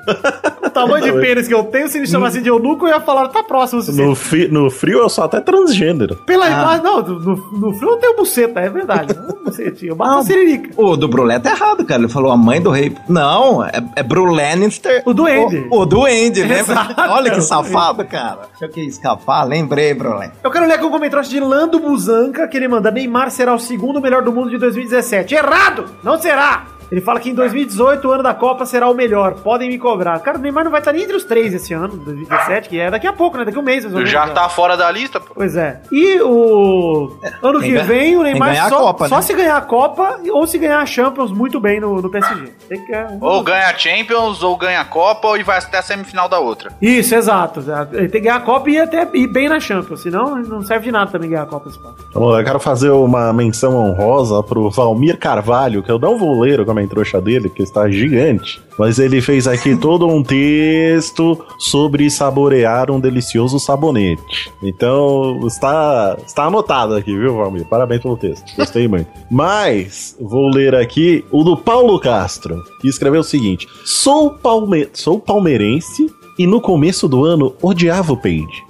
A: O tamanho de pênis que eu tenho, se me chamasse de eunuco, eu ia falar, tá próximo o suficiente.
E: No, fi- no frio eu sou até transgênero.
A: Pela imagem, não, no, no frio eu não tenho buceta, é verdade. Não bucetinha, eu bato a siririca.
C: O do Brulé tá errado, cara. Ele falou a mãe do rei. Não, é, é Brulannister.
A: O duende.
C: O, o duende, né?
A: Exato.
C: Olha que safado, cara. Achou que ia escapar? Lembrei, Brulé.
A: Eu quero ler aqui um comentário de Lando Buzanca, que ele manda Neymar será o segundo melhor do mundo de 2017. Errado! Não será! Ele fala que em 2018 o ano da Copa será o melhor. Podem me cobrar. Cara, o Neymar não vai estar nem entre os três esse ano, 2017, que é daqui a pouco, né? Daqui a um mês. mais ou menos,
B: Já
A: né?
B: tá fora da lista, pô.
A: Pois é. E o ano
L: É, tem
A: que
L: que-
A: vem o
L: tem que
A: Neymar
L: ganhar a
A: só,
L: Copa,
A: só
L: né?
A: se ganhar a Copa ou se ganhar a Champions muito bem no, no PSG. Tem que, é, um-
B: Ou ganha a Champions, ou ganha a Copa, e vai até a semifinal da outra.
A: Isso, exato. Ele tem que ganhar a Copa e ir até ir bem na Champions, senão não serve de nada também ganhar a Copa esse papo.
E: Bom, Eu quero fazer uma menção honrosa pro Valmir Carvalho, que eu não vou ler o comentário dele, porque está gigante. Mas ele fez aqui todo um texto sobre saborear um delicioso sabonete. Então, está, está anotado aqui, viu, Valmir? Parabéns pelo texto. Gostei muito. Mas, vou ler aqui o do Paulo Castro, que escreveu o seguinte: Sou, palme sou palmeirense e no começo do ano odiava o Peide.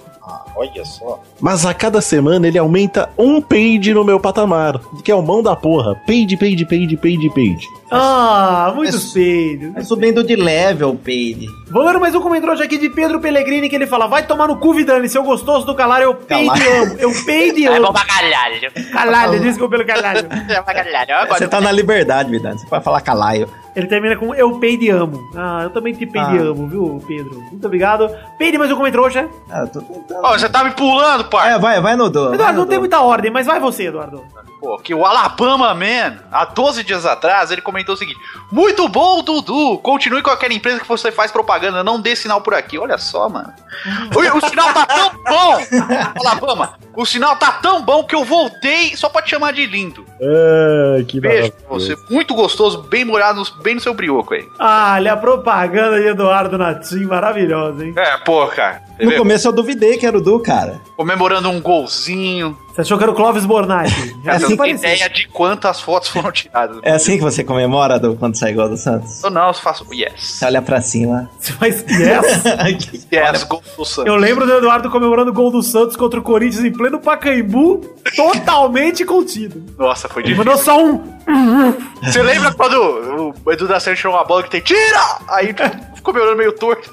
C: Olha só.
E: Mas a cada semana ele aumenta um page no meu patamar, que é o mão da porra. Page, page, page, page, page.
L: É.
A: Ah, muito
L: Mas-
A: feio.
L: Tá subindo de level, Peide.
A: Vou ler mais um comentário aqui de Pedro Pellegrini que ele fala: vai tomar no cu, Vidani, seu gostoso do calar, eu peido e amo. Eu peido e amo.
F: É pra caralho.
A: Caralho, desculpa pelo caralho.
F: É pra caralho. Eu
L: Você
F: gosto.
L: tá na liberdade, Vidani. Você pode falar calaio.
A: Ele termina com eu peido e amo. Ah, eu também te peido e
L: Ah.
A: amo, viu, Pedro? Muito obrigado. Peide mais um comentário, né?
L: Ah, eu tô tentando.
B: Ó, você tá me pulando, parça.
L: É, vai, vai no do. vai
A: Eduardo,
L: no
A: não tem
L: do.
A: muita ordem, mas vai você, Eduardo.
B: Pô, que o Alabama Man, há 12 dias atrás, ele comentou o seguinte: Muito bom, Dudu! Continue com aquela empresa que você faz propaganda, não dê sinal por aqui. Olha só, mano.
L: Uhum.
B: O, o sinal tá tão bom! Alabama, o sinal tá tão bom que eu voltei só pra te chamar de lindo.
E: É, que
B: Beijo pra
E: maravilha.
B: você. Muito gostoso, bem molhado, no- bem no seu brioco aí.
A: Ah, olha a propaganda de Eduardo Natim, maravilhosa, hein?
B: É, pô, cara. Você
L: No
B: vê?
L: começo eu duvidei que era o Du, cara.
B: Comemorando um golzinho.
A: Você achou que era o Clóvis É, Bornati?
L: Essa
A: Já
B: Essa
L: assim
A: não
L: que
A: parecia.
B: ideia de quantas fotos foram tiradas.
L: É assim que você comemora, Du, quando sai gol do Santos?
B: Eu não, eu faço. Yes.
L: Você olha pra cima.
A: Você faz yes?
B: Yes, gol do Santos.
A: Eu lembro do Eduardo comemorando o gol do Santos contra o Corinthians em pleno Pacaembu, totalmente contido.
B: Nossa, foi
A: Ele
B: difícil.
A: mandou só um.
B: Você lembra quando o Edu da Silva tirou uma bola que tem tira? Aí tipo, ficou me olhando meio torto.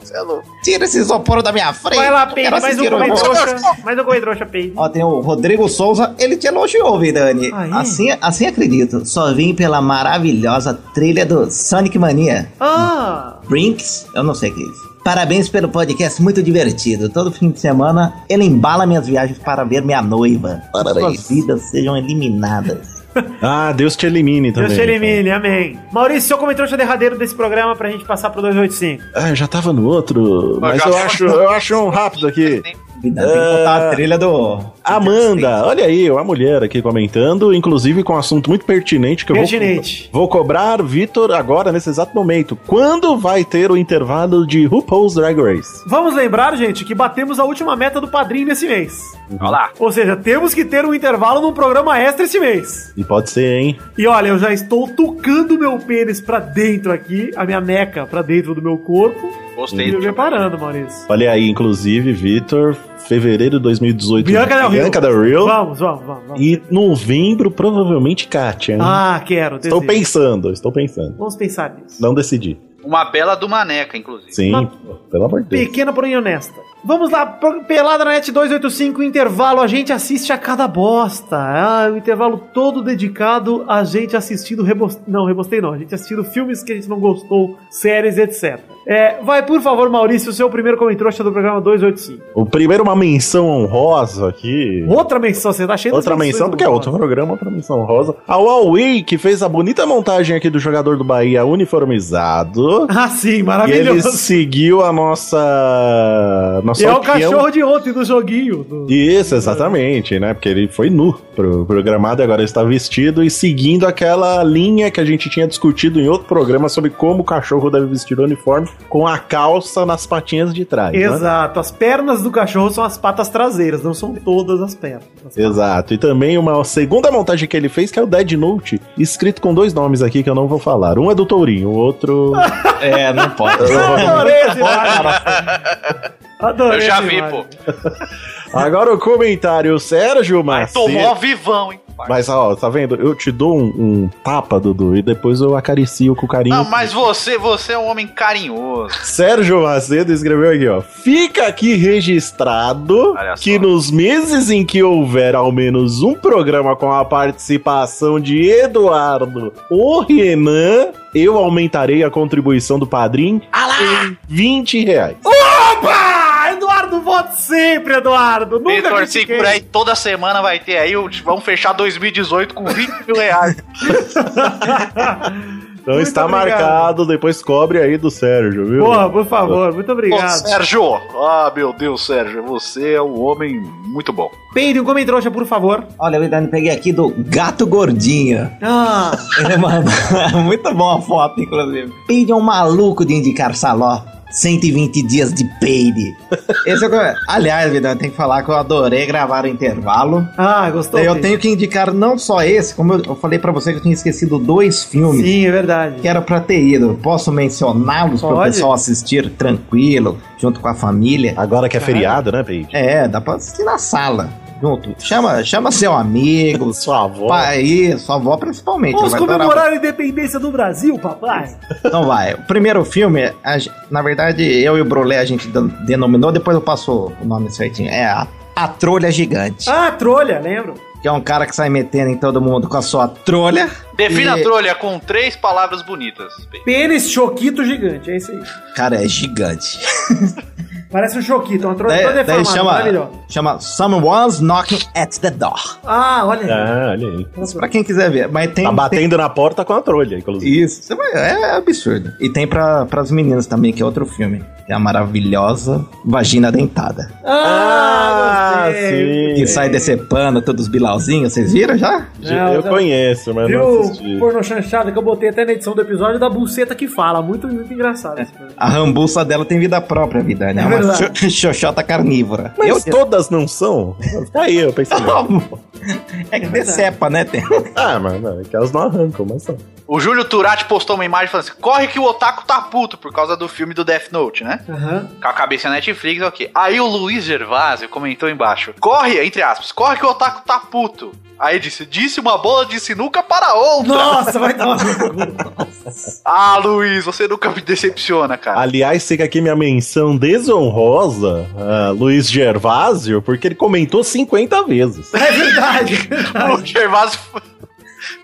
B: Você é louco.
L: Tira esse isoporo da minha frente.
A: Vai lá,
L: Eu
A: Peide,
L: quero
A: mais um
L: assistir o
A: comer
L: gol.
A: trouxa. Mais um comer trouxa, Peide.
L: Ó, tem o Rodrigo Souza, ele te elogiou, Vidani.
A: Ah, é?
L: Assim, assim acredito. Só vim pela maravilhosa trilha do Sonic Mania.
A: Ah,
L: Brinks, eu não sei o que é isso. Parabéns pelo podcast, muito divertido. Todo fim de semana ele embala minhas viagens para ver minha noiva. Para que suas vidas sejam eliminadas.
E: Ah, Deus te elimine também.
A: Deus te elimine, amém. Maurício, seu comentário trouxa derradeiro desse programa pra gente passar pro 285.
E: Ah, eu já tava no outro, mas
B: já
E: eu
B: foi.
E: acho, eu acho um rápido aqui.
L: Vidani, tem que botar a trilha do.
E: Amanda, olha aí, a mulher aqui comentando, inclusive com um assunto muito pertinente que eu
A: Pertinente.
E: vou. Vou cobrar, Vitor, agora, nesse exato momento. Quando vai ter o intervalo de RuPaul's Drag Race?
A: Vamos lembrar, gente, que batemos a última meta do padrinho nesse mês.
B: Olha lá.
A: Ou seja, temos que ter um intervalo num programa extra esse mês.
E: E pode ser, hein?
A: E olha, eu já estou tocando meu pênis pra dentro aqui, a minha meca pra dentro do meu corpo.
B: Gostei.
A: E me preparando, Maurício.
E: Olha aí, inclusive, Vitor, fevereiro de 2018.
A: Bianca Del Rio.
E: Bianca Del Rio.
A: Vamos, vamos, vamos. vamos.
E: E novembro, provavelmente, Kátia. hein?
A: Ah, quero.
E: estou
A: desejo.
E: pensando, estou pensando.
A: Vamos pensar nisso.
E: Não decidi.
B: Uma bela do Maneca, inclusive.
E: Sim,
A: Mas-
E: pelo amor de Deus.
A: Pequena, porém honesta. Vamos lá, pro- Pelada na Net 285, intervalo, a gente assiste a cada bosta. Ah, o intervalo todo dedicado a gente assistindo rebost... Não, rebostei não, a gente assistindo filmes que a gente não gostou, séries, etc. É, vai, por favor, Maurício, o seu primeiro comentário do programa 285.
E: O primeiro, uma menção honrosa aqui.
A: Outra menção, você tá cheio das
E: Outra
A: menções
E: menção,
A: do
E: porque é
A: mundo,
E: outro
A: mano.
E: programa, outra menção rosa. A Huawei, que fez a bonita montagem aqui do jogador do Bahia uniformizado.
A: Ah, sim,
E: E ele
A: maravilhoso.
E: seguiu a nossa. nossa
A: E é o
E: opinião.
A: cachorro de ontem do joguinho. do-
E: Isso,
B: É.
E: exatamente, né? Porque ele foi nu pro programado e agora está vestido e seguindo aquela linha que a gente tinha discutido em outro programa sobre como o cachorro deve vestir o uniforme com a calça nas patinhas de trás. né?
A: Exato, as pernas do cachorro são as patas traseiras, não são todas as pernas.
E: Exato. E também uma segunda montagem que ele fez, que é o Dead Note, escrito com dois nomes aqui que eu não vou falar. Um é do Tourinho, o outro.
L: É, não pode.
A: Adorei essa imagem. Adorei
B: Eu já
A: essa
B: vi,
A: imagem.
B: pô.
E: Agora o comentário, Sérgio
B: Aí
E: Macedo.
B: tomou vivão, hein? parte.
E: Mas, ó, tá vendo? Eu te dou um, um tapa, Dudu, e depois eu acaricio com carinho.
B: Não, mas você, você é um homem carinhoso.
E: Sérgio Macedo escreveu aqui, ó. Fica aqui registrado
B: Olha só.
E: que nos meses em que houver ao menos um programa com a participação de Eduardo ou Renan, eu aumentarei a contribuição do padrinho
A: Ah
E: em 20 reais.
A: Opa! Eduardo, voto sempre, Eduardo! Nunca
B: Vitor, se
A: critiquei.
B: por aí toda semana vai ter aí, o- vamos fechar 2018 com 20 mil reais.
E: Então
A: Muito
E: está
A: obrigado.
E: marcado, depois cobre aí do Sérgio, viu?
A: Porra, por favor, muito
B: Ô,
A: obrigado.
B: Sérgio, ah, meu Deus, Sérgio, você é um homem muito bom.
A: Peide um comem trouxa, por favor.
C: Olha, eu ainda não peguei aqui do Gato Gordinho.
A: Ah,
C: Ele mandou. Muito bom a foto, inclusive. Peide é um maluco de indicar saló. 120 dias de peide. Esse é o que- Aliás, vida, eu tenho que falar que eu adorei gravar o intervalo.
A: ah gostou?
C: eu
A: Peide?
C: tenho que indicar não só esse, como eu, eu falei pra você que eu tinha esquecido dois filmes
A: Sim, é verdade.
C: que era pra ter ido. Posso mencioná-los para o
A: Pode.
C: pessoal assistir tranquilo, junto com a família.
E: Agora que é feriado, né, Peide?
C: É, dá pra assistir na sala. Junto. Chama, chama seu amigo,
E: Sua avó.
C: pai, sua avó principalmente.
A: Vamos
C: é vai adorar
A: comemorar a independência do Brasil, papai?
C: Então vai. O primeiro filme, a gen- na verdade, eu e o Brolé a gente den- denominou, depois eu passo o nome certinho. É a, a Trolha Gigante.
A: Ah, trolha, lembro.
C: Que é um cara que sai metendo em todo mundo com a sua trolha.
B: Defina
C: E-
B: a trolha com três palavras bonitas.
A: Pênis choquito gigante, é isso aí.
C: Cara, é gigante.
A: Parece um choquito, uma trolha
C: Daí,
A: toda
C: daí
A: deformada,
C: chama,
A: maravilhosa.
C: chama Someone's Knocking at the Door.
A: Ah,
C: É.
A: olha aí.
E: Ah, olha aí.
C: Isso pra quem quiser ver. Mas tem.
E: Tá batendo na porta com a trolha, inclusive.
C: Isso. Você vai- É absurdo. E tem pra, pras meninas também, que é outro filme. Que é a maravilhosa Vagina Dentada.
A: Ah, gostei.
E: sim.
C: Que sai decepando todos os bilauzinhos. Vocês viram já?
A: Não,
E: eu
A: já-
E: conheço, mas não assisti.
A: Viu o porno chanchada que eu botei até na edição do episódio da buceta que fala? Muito, muito engraçado esse filme.
C: A rambuça dela tem vida própria, vida, né?
A: É
C: É uma
A: verdade.
C: cho- xoxota carnívora.
E: Mas é. todas não são? Tá aí, eu pensei.
C: É que decepa, né? Tem-
E: ah, mano, é que elas não arrancam, mas são.
B: O Júlio Turati postou uma imagem falando assim: corre que o Otaku tá puto por causa do filme do Death Note, né?
A: Aham.
B: Com a cabeça Netflix, ok. Aí o Luiz Gervásio comentou embaixo: corre, entre aspas, corre que o Otaku tá puto. Aí disse: disse uma bola de sinuca para outra.
A: Nossa, vai tomar no cu.
B: Ah, Luiz, você nunca me decepciona, cara.
E: Aliás, fica aqui minha menção desonrosa a Luiz Gervásio, porque ele comentou 50 vezes.
A: É verdade.
B: o Gervásio f-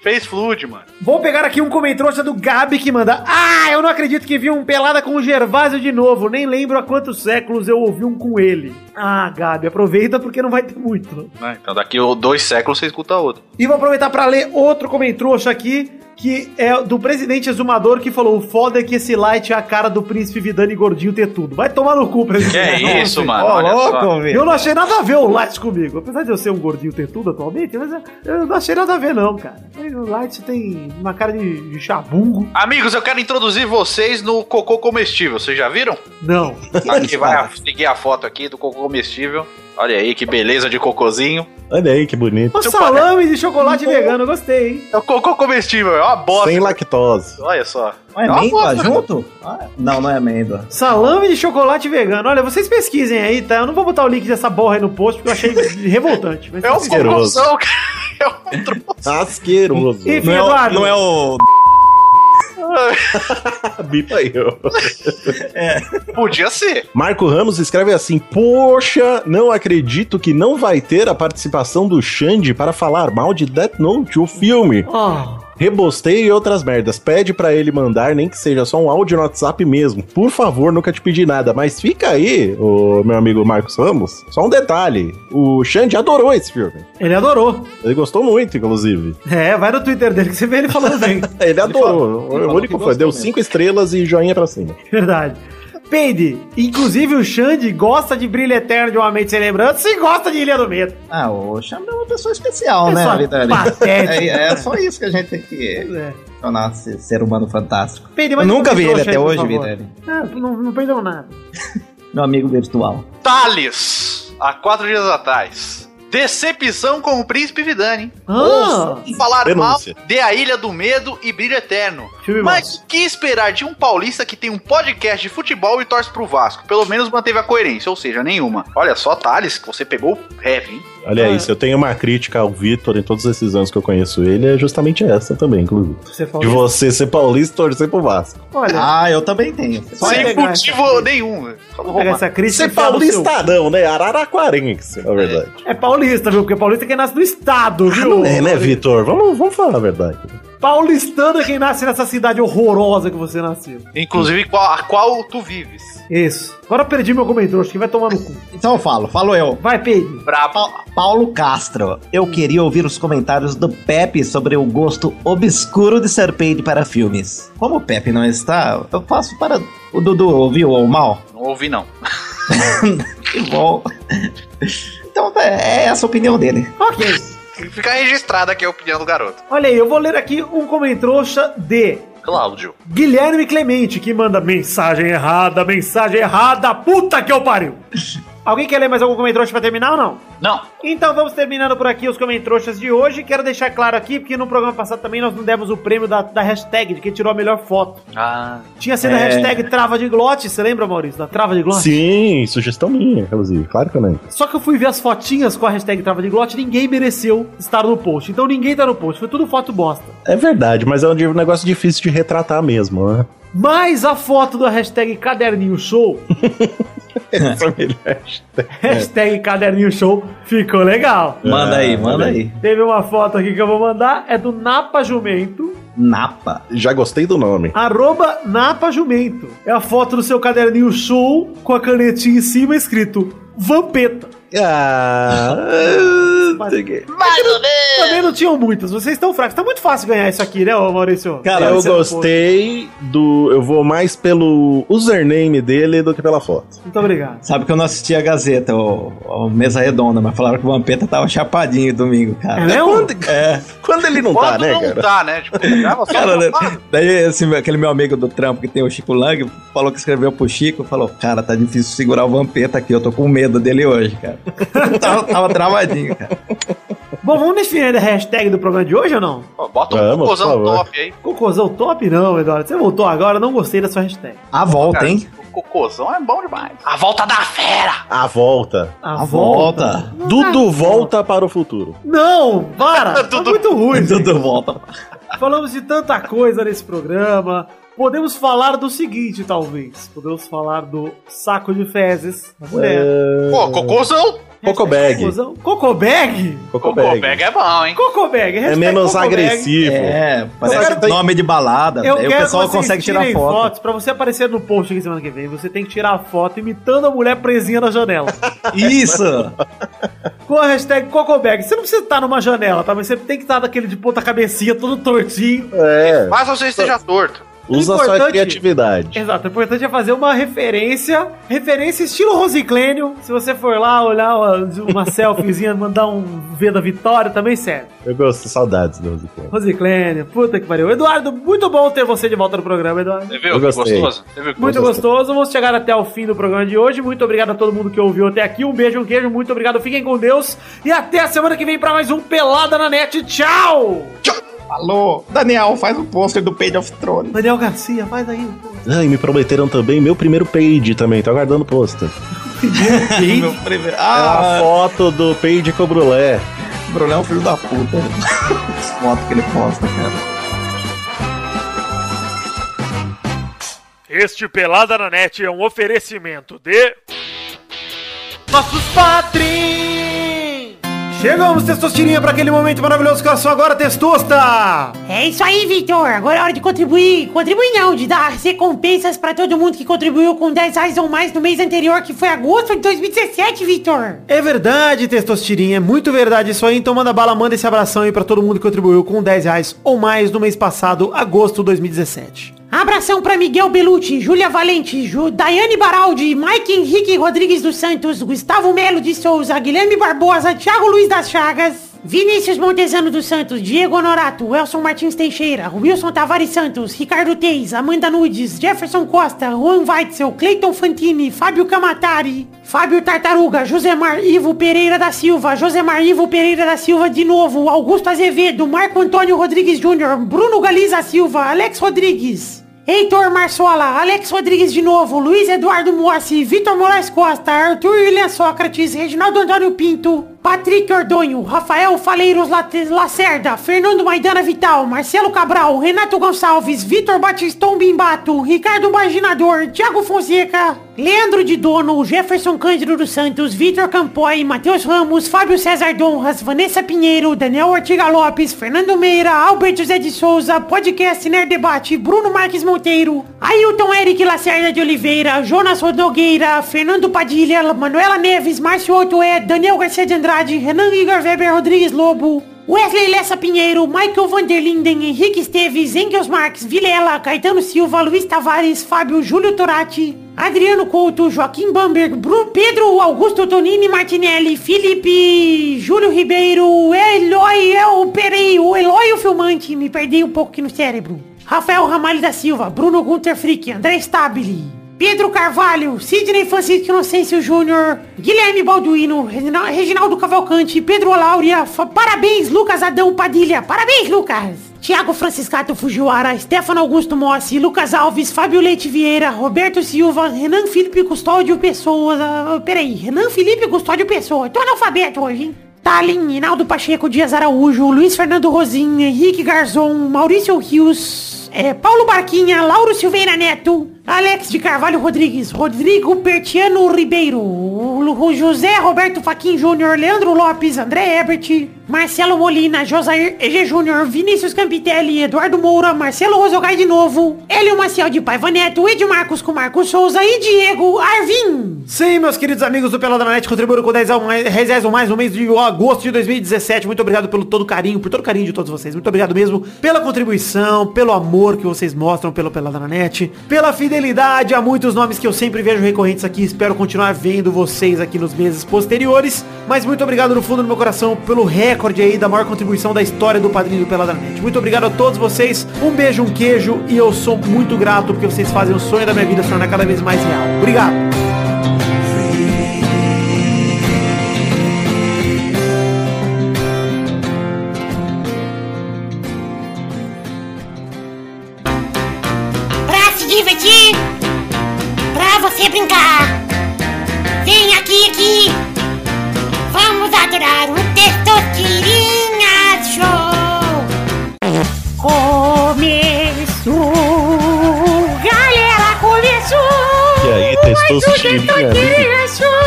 B: fez flood, mano.
A: Vou pegar aqui um comentrouxa do Gabi que manda. Ah, eu não acredito que vi um pelada com o Gervásio de novo. Nem lembro há quantos séculos eu ouvi um com ele. Ah, Gabi, aproveita porque não vai ter muito.
B: Né? Então daqui a dois séculos você escuta outro.
A: E vou aproveitar pra ler outro comentrouxa aqui, que é do presidente exumador que falou: o foda é que esse light é a cara do príncipe Vidani gordinho ter tudo. Vai tomar no cu, presidente.
B: Que é isso, mano?
C: Ô,
B: olha só.
C: louco, velho.
A: Eu não achei nada a ver o Light comigo. Apesar de eu ser um gordinho tetudo atualmente, mas eu- eu não achei nada a ver, não, cara. O Light tem uma cara de de chabungo.
B: Amigos, eu quero introduzir vocês no cocô comestível. Vocês já viram?
A: Não.
B: Aqui vai a- seguir a foto aqui do cocô comestível. Olha aí que beleza de cocôzinho.
E: Olha aí que bonito.
A: Um salame de chocolate vegano, gostei, hein?
B: É o cocô comestível, é uma bosta.
E: Sem lactose.
B: Olha só.
C: Uma amêndoa junto? Ah, Não, não é amêndoa.
A: Salame de chocolate vegano. Olha, vocês pesquisem aí, tá? Eu não vou botar o link dessa borra aí no post, porque eu achei revoltante. mas-
B: É um
E: Asqueroso.
B: cocôzão, cara. É um troço.
E: Asqueroso.
A: Enfim,
C: Não é, o,
A: Eduardo.
C: não é o.
E: Bipa tá aí, ó.
B: Podia ser.
E: Marco Ramos escreve assim: Poxa, não acredito que não vai ter a participação do Xande para falar mal de Death Note, o filme.
A: Ah,
E: Rebostei e outras merdas. Pede pra ele mandar, nem que seja só um áudio no WhatsApp mesmo. Por favor, nunca te pedi nada. Mas fica aí, ô, meu amigo Marcos Ramos. Só um detalhe: o Xande adorou esse filme.
A: ele adorou.
E: Ele gostou muito, inclusive.
A: É, vai no Twitter dele que você vê ele falando bem.
E: É, Ele adorou.
C: falou
E: o único
C: que
E: foi.
C: gostou
E: Deu
C: mesmo.
E: cinco estrelas e joinha pra cima.
A: Verdade. Peide, inclusive o Xande gosta de Brilho Eterno de Uma Mente Sem Lembrança e gosta de Ilha do Medo.
C: Ah, o Xandão é uma pessoa especial,
A: Pessoa
C: né, Vitali?
A: patética.
C: É, é só isso que a gente tem que
A: É.
C: tornar esse ser humano fantástico.
A: Peide,
C: Eu
A: mas
C: nunca vi ele
A: trouxa aí,
C: até
A: por
C: hoje,
A: favor.
C: Vitali.
A: Ah, não, não perdeu nada.
C: Meu amigo virtual.
B: Thales, há quatro dias atrás. Decepção com o príncipe Vidani.
A: Ah,
B: Falar mal
E: Denúncia.
B: de A Ilha do Medo e Brilho Eterno.
A: Filme
B: Mas o que esperar de um paulista que tem um podcast de futebol e torce pro Vasco? Pelo menos manteve a coerência, ou seja, nenhuma. Olha só, Thales, que você pegou heavy, hein?
E: Olha aí, se eu tenho uma crítica ao Vitor em todos esses anos que eu conheço ele, é justamente essa também, inclusive.
A: Você
E: De
A: falou.
E: você ser paulista e torcer pro Vasco.
A: Olha,
M: Ah, eu também tenho.
A: Só
B: Sem
A: legal
B: motivo nenhum. velho. Só vou
A: pega
B: roubar.
A: essa crítica.
E: Ser
A: e fala o seu.
E: é paulistanão, né? Araraquarense, na verdade.
A: É paulista, viu? Porque paulista é quem nasce no estado,
E: Ah,
A: viu?
E: não é, né, Vitor? Vamos, vamos falar a verdade.
A: Paulistano é quem nasce nessa cidade horrorosa que você nasceu.
B: Inclusive, qual- a qual tu vives.
A: Isso. Agora eu perdi meu comentário, acho que vai tomar no cu.
M: Então eu falo, falo eu.
A: Vai, Pedro.
B: Brabo.
M: Pa-
C: Paulo Castro, eu queria ouvir os comentários do Pepe sobre o gosto obscuro de Serpente para filmes.
M: Como o Pepe não está,
C: Eu passo para o Dudu, ouviu ou mal?
B: Não ouvi, não.
C: Que bom. Então é essa a opinião dele.
A: Ok.
B: Fica registrada aqui a opinião do garoto.
A: Olha aí, eu vou ler aqui um comentrouxa de
B: Cláudio.
A: Guilherme Clemente, que manda mensagem errada, mensagem errada, puta que eu pariu. Alguém quer ler mais algum comentrouxa pra terminar ou não?
B: Não.
A: Então vamos terminando por aqui os comentroxas de hoje. Quero deixar claro aqui, porque no programa passado também nós não demos o prêmio da, da hashtag, de quem tirou a melhor foto.
B: Ah.
A: Tinha sido a hashtag trava de glote, você lembra, Maurício? Da trava de glote?
E: Sim, sugestão minha, inclusive. Claro que eu lembro.
A: Só que eu fui ver as fotinhas com a hashtag trava de glote, ninguém mereceu estar no post. Então ninguém tá no post, foi tudo foto bosta.
E: É verdade, mas é um di- um negócio difícil de retratar mesmo, né?
A: Mas a foto da hashtag caderninho show,
E: Essa é a melhor.
A: hashtag caderninho show, ficou legal.
C: Manda aí, manda aí.
A: Teve uma foto aqui que eu vou mandar, é do Napa Jumento,
C: Napa.
E: Já gostei do nome.
A: arroba Napa Jumento. É a foto do seu caderninho show com a canetinha em cima escrito Vampeta.
E: Ah,
A: Também não tinham muitas, vocês estão fracos. Tá muito fácil ganhar isso aqui, né, ô Maurício? é
E: cara, eu
A: um
E: gostei do. Eu vou mais pelo username dele do que pela foto.
A: Muito obrigado.
C: Sabe que eu não assisti a Gazeta, ou, ou Mesa Redonda, mas falaram que o Vampeta tava chapadinho domingo,
A: É
C: cara.
A: mesmo?
E: Quando ele não tá,
B: Quando
E: né,
B: não
E: cara?
B: tá, né? Tipo, grava só
C: Cara,
B: uma
C: né?
B: fala.
C: Daí esse meu- aquele meu amigo do trampo que tem o Chico Lang falou que escreveu pro Chico, falou, cara, tá difícil segurar o Vampeta aqui, eu tô com medo dele hoje, cara. tava, tava travadinho, cara.
A: Bom, vamos definir ainda a hashtag do programa de hoje ou não?
B: Ó, Bota um
E: Vamos, por
B: cocôzão
E: favor.
B: top aí.
A: Cocôzão top não, Eduardo. Você voltou agora, não gostei da sua hashtag.
C: A volta,
B: Cara,
C: hein?
B: O cocôzão é bom demais. A volta da fera.
E: A volta.
A: A,
E: Dudu volta para o futuro.
A: Não, para! tá
B: Dudu-
A: muito ruim. gente.
C: Dudu volta.
A: Falamos de tanta coisa nesse programa. Podemos falar do seguinte, talvez. Podemos falar do saco de fezes. da
C: É,
A: mulher.
E: É,
B: Pô, cocôzão.
E: Cocobag.
A: Cocôzão. Cocobag?
E: Cocobag.
B: Cocobag é bom, hein?
A: Cocobag.
E: É
A: hashtag
E: menos
A: Cocobag.
E: agressivo.
C: É, parece
E: quero-
C: nome de balada.
A: Eu
C: daí
A: quero
C: né? o pessoal
A: que vocês
C: consegue tirar
A: tirem
C: foto.
A: fotos. Pra você aparecer no post aqui semana que vem, você tem que tirar a foto imitando a mulher presinha na janela.
C: Isso!
A: com a hashtag Cocobag. Você não precisa estar numa janela, tá? Mas você tem que estar naquele de ponta cabecinha, todo tortinho.
E: É,
B: Mas você esteja torto.
E: usa a sua
A: importante-
E: criatividade.
A: Exato, o importante é fazer uma referência, referência estilo Rosiclênio. Se você for lá olhar uma, uma selfiezinha, mandar um V da Vitória, também serve.
E: Eu gosto, saudades do musical.
A: Rosiclênio, puta que pariu. Eduardo, muito bom ter você de volta no programa, Eduardo.
B: Você viu?
E: Eu
B: que
E: gostei.
B: Gostoso. Você viu que
A: Muito gostoso, vamos chegar até o fim do programa de hoje. Muito obrigado a todo mundo que ouviu até aqui. Um beijo, um queijo, muito obrigado, fiquem com Deus. E até a semana que vem pra mais um Pelada na Net. Tchau!
M: Alô, Daniel, faz o pôster do Page of Thrones.
A: Daniel Garcia, faz aí.
E: Ah, e me prometeram também meu primeiro page também, tô aguardando o pôster.
C: Meu primeiro.
E: É a
C: Ah,
E: foto do page com brulé. tá
C: o Brunão é um filho da puta. As fotos que ele posta, cara.
A: Este Pelada na Net é um oferecimento de. Nossos patrins! Chegamos, Testosterinha, para aquele momento maravilhoso que é só agora, Testosta!
N: É isso aí, Vitor. Agora é hora de contribuir. Contribuir não, de dar recompensas pra todo mundo que contribuiu com 10 reais ou mais no mês anterior, que foi agosto de 2017, Vitor.
A: É verdade, Testosterinha, é muito verdade isso aí. Então manda bala, manda esse abração aí para todo mundo que contribuiu com 10 reais ou mais no mês passado, agosto de 2017.
N: Abração pra Miguel Belucci, Júlia Valente, Ju, Daiane Baraldi, Mike Henrique Rodrigues dos Santos, Gustavo Melo de Souza, Guilherme Barbosa, Thiago Luiz das Chagas,
G: Vinícius Montezano dos Santos, Diego Honorato, Wilson Martins Teixeira, Wilson Tavares Santos, Ricardo Teis, Amanda Nudes, Jefferson Costa, Juan Weitzel, Cleiton Fantini, Fábio Camatari, Fábio Tartaruga, Josemar Ivo Pereira da Silva, Josemar Ivo Pereira da Silva de novo, Augusto Azevedo, Marco Antônio Rodrigues Júnior, Bruno Galiza Silva, Alex Rodrigues, Heitor Marçola, Alex Rodrigues de novo, Luiz Eduardo Moacir, Vitor Moraes Costa, Arthur William Sócrates, Reginaldo Antônio Pinto, Patrick Ordonho, Rafael Faleiros Late- Lacerda, Fernando Maidana Vital, Marcelo Cabral, Renato Gonçalves, Vitor Batiston Bimbato, Ricardo Marginador, Thiago Fonseca, Leandro de Dono, Jefferson Cândido dos Santos, Vitor Campoy, Matheus Ramos, Fábio César Donras, Vanessa Pinheiro, Daniel Ortiga Lopes, Fernando Meira, Alberto José de Souza, Podcast Nerd Debate, Bruno Marques Monteiro, Ailton Eric Lacerda de Oliveira, Jonas Rodogueira, Fernando Padilha, Manuela Neves, Márcio Otoé, Daniel Garcia de Andrade, Renan Igor Weber Rodrigues Lobo, Wesley Lessa Pinheiro, Michael Vanderlinden, Henrique Esteves, Engels Marques, Vilela, Caetano Silva, Luiz Tavares, Fábio Júlio Torati, Adriano Couto, Joaquim Bamberg, Bru- Pedro Augusto Tonini Martinelli, Felipe Júlio Ribeiro, Eloy, eu, peraí, o Eloy o filmante, me perdi um pouco aqui no cérebro. Rafael Ramalho da Silva, Bruno Gunter Frick, André Stabile, Pedro Carvalho, Sidney Francisco Inocêncio Júnior, Guilherme Balduino, Regina- Reginaldo Cavalcante, Pedro Lauria, fa- parabéns Lucas Adão Padilha, parabéns Lucas! Tiago Franciscato Fujiwara, Stefano Augusto Mossi, Lucas Alves, Fábio Leite Vieira, Roberto Silva, Renan Felipe Custódio Pessoa, ah, peraí, Renan Felipe Custódio Pessoa, tô analfabeto hoje, hein? Talin, Hinaldo Pacheco Dias Araújo, Luiz Fernando Rosin, Henrique Garzon, Maurício Rios, é, Paulo Barquinha, Lauro Silveira Neto, Alex de Carvalho Rodrigues, Rodrigo Pertiano Ribeiro, Lu- José Roberto Faquin Júnior, Leandro Lopes, André Ebert, Marcelo Molina, Josair EG Júnior, Vinícius Campitelli, Eduardo Moura, Marcelo Rosogai de novo, Hélio Maciel de Paiva Neto, Edmarcos com Marcos Souza e Diego Arvin.
A: Sim, meus queridos amigos do Peladranet, contribuíram com 10 ao mais, 10 reais ou mais no mês de agosto de 2017. Muito obrigado pelo todo carinho, por todo o carinho de todos vocês. Muito obrigado mesmo pela contribuição, pelo amor que vocês mostram pelo Peladranet, pela fidelidade a muitos nomes que eu sempre vejo recorrentes aqui. Espero continuar vendo vocês aqui nos meses posteriores. Mas muito obrigado no fundo do meu coração pelo recorde aí da maior contribuição da história do Padrinho do Peladranet. Muito obrigado a todos vocês. Um beijo, um queijo e eu sou muito grato porque vocês fazem o sonho da minha vida se tornar cada vez mais real. Obrigado.
G: Pra se divertir, pra você brincar. Vem aqui, aqui. Vamos adorar o Testosterinha Show. Começou, galera, começou. um
E: E aí, testosterinha,
G: Testosterinha Show.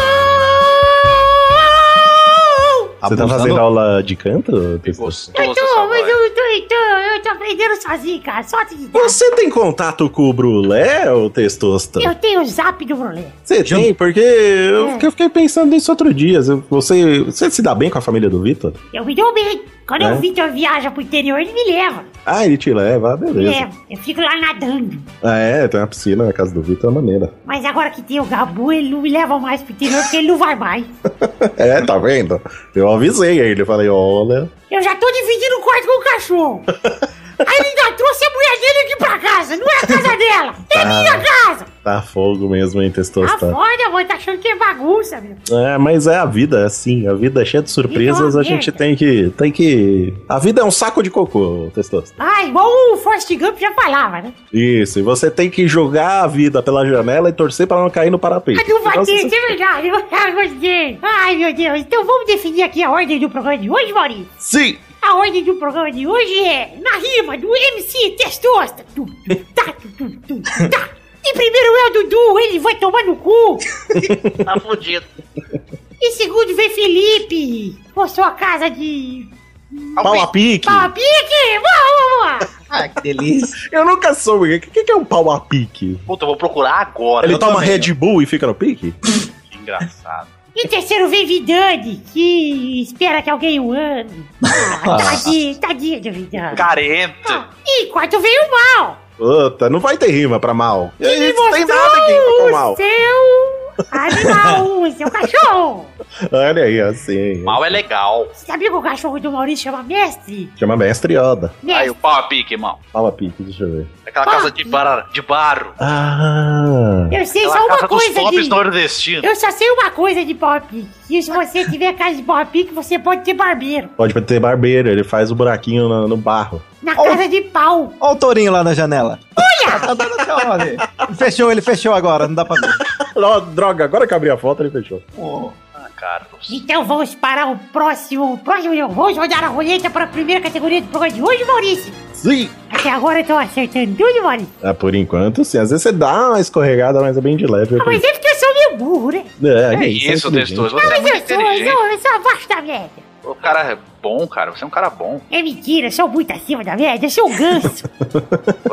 E: Você tá
C: Abusando.
E: fazendo aula de canto? Testoso?
G: Eu
B: Gostoso
G: tô,
B: essa
G: mas
B: voz.
G: eu tô, eu tô, eu tô aprendendo sozinho, cara. Só te dizer.
E: Você tem contato com o Brulé, ô Testosta?
G: Eu tenho o zap do Brulé.
E: Você tem, porque eu, fiquei- eu fiquei pensando nisso outro dia. Você, você se dá bem com a família do Vitor?
G: Eu me dou bem. Quando
E: É?
G: o Vitor viaja pro interior, ele me leva.
E: Ah, ele te leva, ah,
G: Me
E: beleza.
G: leva. Eu fico lá nadando.
E: Ah, é, tem uma piscina na casa do Vitor, é maneira.
G: Mas agora que tem o Gabu, ele não me leva mais pro interior porque ele não vai mais.
E: É, tá vendo? Eu avisei ele, falei, olha...
G: Eu já tô dividindo o quarto com o cachorro. Aí ele ainda trouxe a mulher dele aqui pra casa. Não é a casa dela. É
E: Tá.
G: minha casa.
E: Tá fogo mesmo, hein,
G: A
E: Testosta?
G: foda, mãe. Tá achando que é bagunça, meu.
E: É, mas é a vida, é assim. A vida é cheia de surpresas,
G: Então,
E: a gente
G: merda.
E: tem que, tem que... A vida é um saco de cocô, Testosta.
G: Ah, igual o Forrest Gump já falava, né?
E: Isso, e você tem que jogar a vida pela janela e torcer pra não cair no
G: Ah,
E: parapeito.
G: não vai
E: Senão
G: ter,
E: você-
G: isso é verdade. Ah, gostei. Ai, meu Deus. Então vamos definir aqui a ordem do programa de hoje, Maurício?
B: Sim!
G: A ordem do programa de hoje é na rima do MC Testosta. Tum, tum, tá, tum, tum, tum, tá. E primeiro é o Dudu, ele vai tomar no cu.
F: Tá fudido.
G: E segundo vem Felipe, com sua casa de
E: Pau a pique!
G: pau a pique. Vamos, vamos lá.
L: Ah, que delícia.
E: Eu nunca soube. O que, que é um pau a pique?
B: Puta, eu vou procurar agora.
E: Ele
B: Eu
E: toma
B: também,
E: Red Bull e fica no pique?
B: ó. Que Engraçado.
G: E terceiro vem Vidani, que espera que alguém o ame. Ah, tadinho, tadinho do Vidani.
B: Carente.
G: E quarto vem o Mal.
E: Puta, não vai ter rima pra mal. E aí,
G: Ele
E: não tem
B: Tá
G: mostrou
E: nada aqui pra
G: o
E: mal.
G: seu Animal, esse é o cachorro.
E: Olha aí, assim.
B: Mal é legal.
G: Você sabia que o cachorro do Maurício chama mestre?
E: Chama mestre Yoda.
B: Aí
G: Mestre.
B: o pau a pique, irmão.
E: Fala, Pique, deixa eu ver.
B: Aquela casa de, bar, de barro.
E: Ah!
G: Eu sei
B: Aquela
G: só
B: casa
G: uma
B: dos
G: coisa
B: pobres
G: de...
B: nordestinos.
G: Eu só sei uma coisa de pop. Que se você tiver casa de pop, você pode ter barbeiro.
E: Pode ter barbeiro, ele faz o buraquinho no, no barro.
G: Na
B: Oh.
G: casa de pau.
C: Olha o tourinho lá na janela. Tá Olha! fechou, ele fechou agora, não dá pra ver.
E: Ó, droga, agora que eu abri a foto, ele fechou.
B: Ah, Carlos.
G: Então vamos para o próximo. O próximo não. Vamos rodar a roleta para a primeira categoria do programa de hoje, Maurício.
E: Sim!
G: Até agora eu tô acertando tudo, Maurício.
E: Ah, por enquanto, sim. Às vezes você dá uma escorregada, mas é bem de leve.
G: Ah, mas é porque eu sou meio burro, né?
E: É,
B: É
E: que
B: isso,
E: é
B: Destoso.
E: inteligente.
B: Você é muito
G: Mas eu sou, eu
B: inteligente.
G: sou, eu sou abaixo da média.
B: O cara é bom, cara. Você é um cara bom.
G: É mentira, eu sou muito acima da média, eu sou um ganso.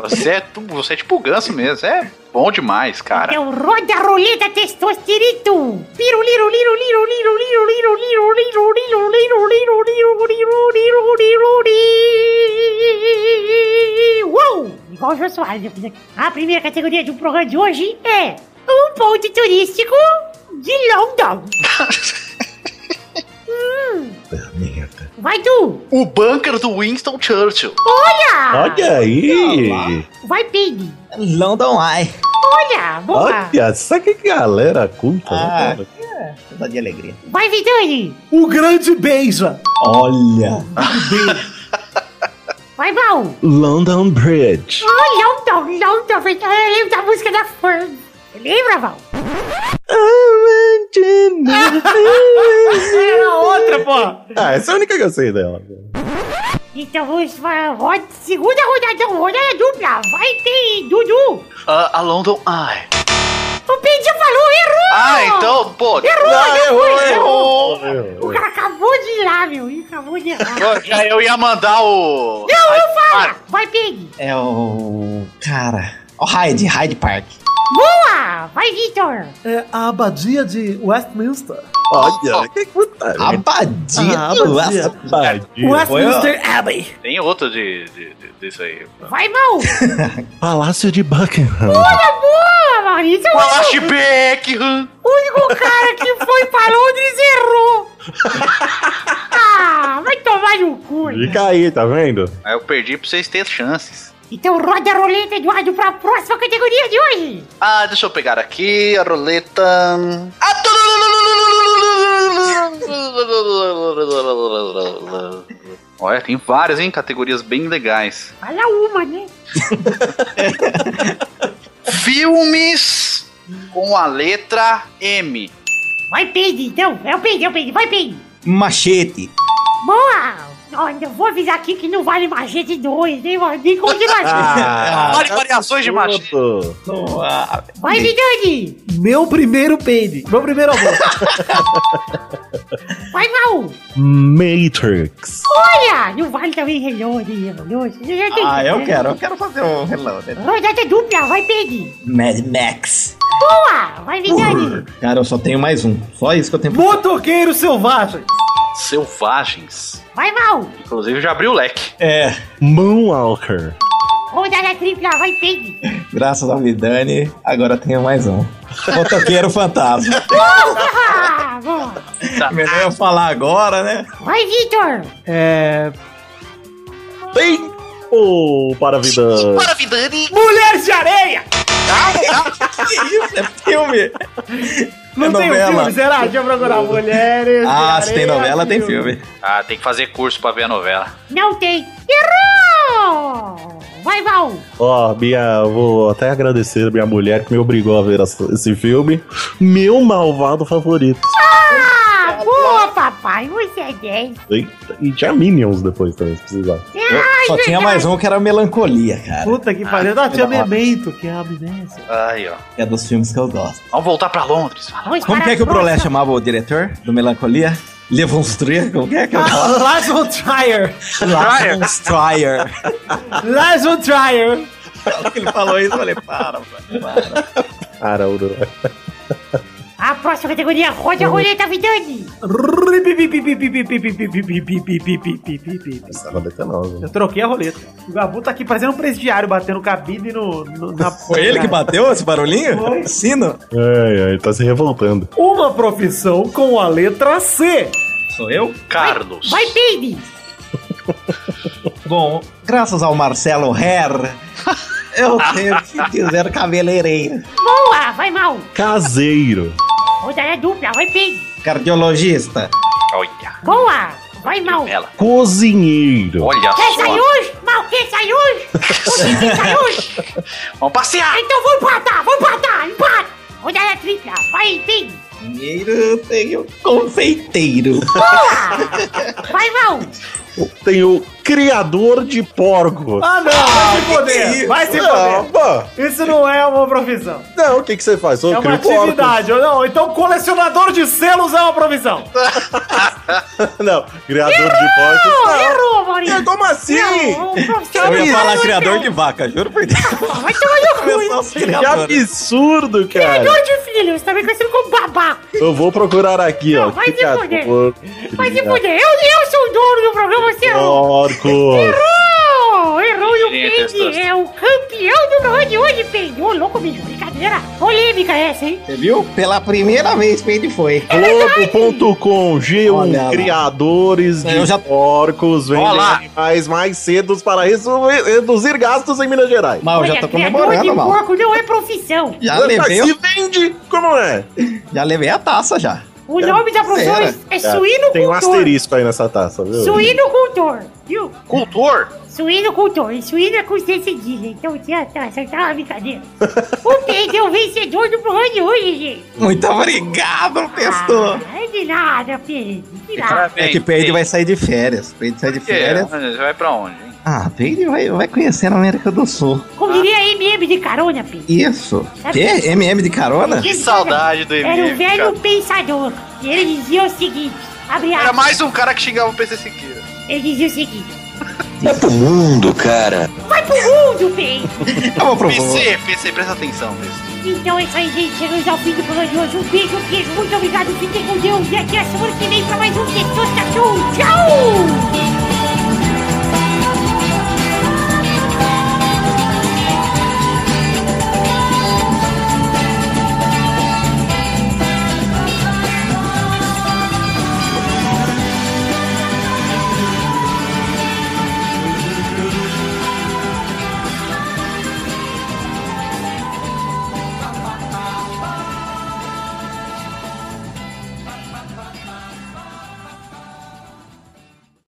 B: Você é, tu- você é tipo o ganso mesmo. Você é bom demais, cara.
G: Então roda a roleta testosterito. Liru, liru, liru, liru, liru, liru, liru, liru, liru, liru, liru, liru, liru, liru, liru, liru, liru. Uou! Igual o Jô Soares, eu fiz aqui. A primeira categoria do programa de hoje é um ponto turístico de London.
E: Merda.
G: Vai tu!
B: O bunker do Winston Churchill.
G: Ah, Olha!
E: Olha aí!
G: Vai, Pig!
L: London Eye.
G: Olha! Boa!
E: Olha, só que galera culta,
L: Ah,
E: né, cara?
L: Dá de alegria.
G: Vai, Vidani!
A: O grande beija.
E: Olha!
G: Vai, Mal!
E: London Bridge.
G: Olha o Tom, não Tom, eu lembro É, da música da Fern. Lembra, Val?
A: Era É outra, pô.
E: Ah, essa é a única que eu sei dela.
G: Então vamos para a roda, segunda rodadão, rodada dupla. Vai ter Dudu.
B: Ah, a London Eye.
G: O Pedro falou, errou!
B: Ah, então, pô.
G: Errou, errou, errou,
E: Meu,
G: O cara acabou de errar, meu. Ele acabou de errar.
B: eu- Já eu ia mandar o. Ah,
G: Não, eu falo! Vai, Pedro!
L: É o. Cara. O Hyde, Hyde Park.
G: Boa! Vai, Vitor!
D: É a abadia de Westminster.
E: Olha, que puta.
L: Abadia.
D: Ah, abadia.
L: Nossa,
E: Abadia.
L: Abbey.
B: Tem outro de, de- de- disso aí.
G: Vai, Mal!
E: Palácio de Buckingham.
G: Boa, Maurício! O
B: Palácio Beckham.
G: único cara que foi para Londres errou! Ah, vai tomar no cu! né?
E: Fica aí, tá vendo?
B: Aí eu perdi pra vocês terem chances.
G: Então roda a roleta, Eduardo, para a próxima categoria de hoje!
B: Ah, deixa eu pegar aqui a roleta. Ah, tu- Olha, tem várias, hein? Categorias bem legais.
G: Fala uma, né?
B: Filmes com a letra M.
G: Vai, Pedro, então! É o Pedro, é o Pedro! Vai, Pedro!
L: Machete.
G: Boa! Olha, eu vou avisar aqui que não vale Machete 2, nem, nem continuação.
B: Olha que Ah. variações de machismo.
E: Puto.
G: Vai, Vidani!
D: Meu primeiro peide. Meu primeiro amor.
G: Vai, Mal!
E: Matrix.
G: Olha, não vale também Reload, Reload.
L: Ah,
G: né?
L: eu quero. Eu quero fazer um reloaded.
G: Rodada dupla, vai, Pedro!
L: Mad Max.
G: Boa! Vai, Vidani!
L: Cara, eu só tenho mais um. Só isso que eu tenho.
A: Motoqueiro selvagem.
B: Selvagens.
G: Vai, Mal!
B: Inclusive, já abriu o leque.
L: É.
E: Moonwalker.
G: Rodada tripla, vai, Pedro!
L: Graças ao Vidani, agora eu tenho mais um. Motoqueiro fantasma.
G: Ah, boa!
L: Melhor eu falar agora, né?
G: Vai, Vitor!
A: É...
E: Tempo para a vida.
B: Para, Vidani!
A: Mulheres de areia.
L: É Que isso? É filme.
A: Não
L: É
A: tem um
L: novela.
A: filme, será? Deixa eu procurar mulheres
L: Ah,
A: de
L: se tem
A: areia,
L: novela, tem filme.
B: Ah, tem que fazer curso pra ver a novela.
G: Não tem! Errou! Vai, Val!
E: Ó, minha. Vou até agradecer a minha mulher que me obrigou a ver essa- esse filme. Meu malvado favorito.
G: Ah, boa, papai! Você é 10!
E: Eita, E tinha Minions depois também, se precisar.
L: Só tinha mais um que era Melancolia, cara.
A: Puta que pariu. Da tia Memento, que é a amnésia.
B: Aí, ó.
L: É dos filmes que eu gosto.
B: Vamos voltar pra Londres. Fala.
G: Vamos
L: Como
G: para
L: que é
G: a
L: que o Brolé
G: próxima.
L: chamava o diretor do Melancolia? Levonstrier? Como que é
A: Ah,
L: que eu falo?
A: Lars von Trier.
L: Levonstrier.
A: Lars von Trier.
L: Ele falou isso, eu falei, para, mano, para.
E: Cara, Aurora.
G: A próxima categoria, roda a roleta, Vidani.
E: Essa roleta é nova.
A: Eu troquei a roleta. O Gabu tá aqui parecendo um presidiário batendo cabide no. no- na...
C: Foi ele que bateu esse barulhinho?
A: Foi.
C: Sino?
E: Ai, ai, tá se revoltando.
A: Uma profissão com a letra C.
C: Sou eu?
B: Carlos.
G: Vai, Peide.
C: Bom, graças ao Marcelo Herr, eu tenho que dizer cabeleireiro.
G: Boa, vai mal.
E: Caseiro.
G: Rodada dupla, vai, Peide.
C: Cardiologista.
B: Olha.
G: Boa, vai mal.
B: Ela.
E: Cozinheiro.
B: Olha
G: Quer sair
B: só.
G: hoje? Mal, quer sair hoje? Você quer sair hoje?
B: Vamos passear.
G: Então vou empatar, vou empatar, empate. Rodada tripla, vai, Peide.
C: Primeiro tenho confeiteiro.
G: Boa, vai mal.
E: Tem o criador de porco.
A: Ah, não! Vai se
C: isso?
A: foder! Vai se
E: é não,
A: foder!
E: pô.
A: Isso não é uma profissão.
E: Não, o que, que você faz? Eu
A: É uma
E: crio porcos.
A: atividade, ou não? Então, colecionador de selos é uma profissão.
E: Não, criador de porcos.
G: Errou, errou, Maurício.
E: Como assim?
G: Não, o profissional
C: Eu ia
G: não
C: falar
G: é
C: criador
G: não.
C: de vaca, juro por Deus.
G: Vai tomar no cu,
C: Meus
G: hein?
C: novos
E: Que
C: criadores.
E: absurdo, cara.
G: Criador de filhos, também conhecido tá como babá.
E: Eu vou procurar aqui,
G: Não,
E: ó.
G: vai se fuder. Vai se
E: criador
G: fuder, eu, eu sou o dono do programa, você é errou. É
E: Porcos.
G: Errou! Errou e o
B: Gente,
G: Peide
B: essas-
G: é o campeão do programa de hoje, Peide. Ô, louco, bicho, brincadeira. Polêmica essa, hein?
C: Você viu? Pela primeira vez, Peide foi.
E: Globo.com,
C: Olha
E: G1,
C: lá.
E: criadores
C: Eu
E: de
C: já-
E: porcos vendem
B: Olha lá.
E: animais mais cedos para resu- reduzir gastos em Minas Gerais.
C: Mal, já tô comemorando,
G: de
C: mal.
G: porco não é profissão.
C: Já
E: Mas
C: levei,
E: Se vende, como é?
C: já levei a taça já.
G: O nome da profissão é, é suíno
E: Tem um
G: cultor.
E: asterisco aí nessa taça, viu?
G: Suíno cultor, viu?
B: Cultor.
G: Suíno cultor. E suíno é com C cedilha, então tinha tá, acertar uma brincadeira. o Peide é o vencedor do programa de hoje, gente.
C: Muito obrigado, pestor.
G: Ah, de nada, Peide, de nada.
B: Parabéns.
C: É que Peide vai sair de férias. Peide sai de
B: Que é?
C: férias.
B: Você Vai pra onde, hein?
C: Ah, Peide vai, vai conhecer a América do Sul.
G: Como diria MM de carona, Peide.
C: Isso. Quê? MM de carona?
B: Que saudade do
G: Era um
B: Emílio.
G: velho
B: cara.
G: pensador. E ele dizia o seguinte: abre
B: Era
G: aspas,
B: mais um cara que xingava o PC Siqueira.
G: ele dizia o seguinte:
C: Mundo, cara.
G: vai pro mundo, bem!
C: Eu vou provar.
B: PC, PC, presta atenção, PC.
G: então é isso aí, gente. Chegamos ao fim do programa de hoje. Um beijo, um queijo, muito obrigado, fiquem com Deus e até a semana que vem pra mais um Testosta Show. Tchau!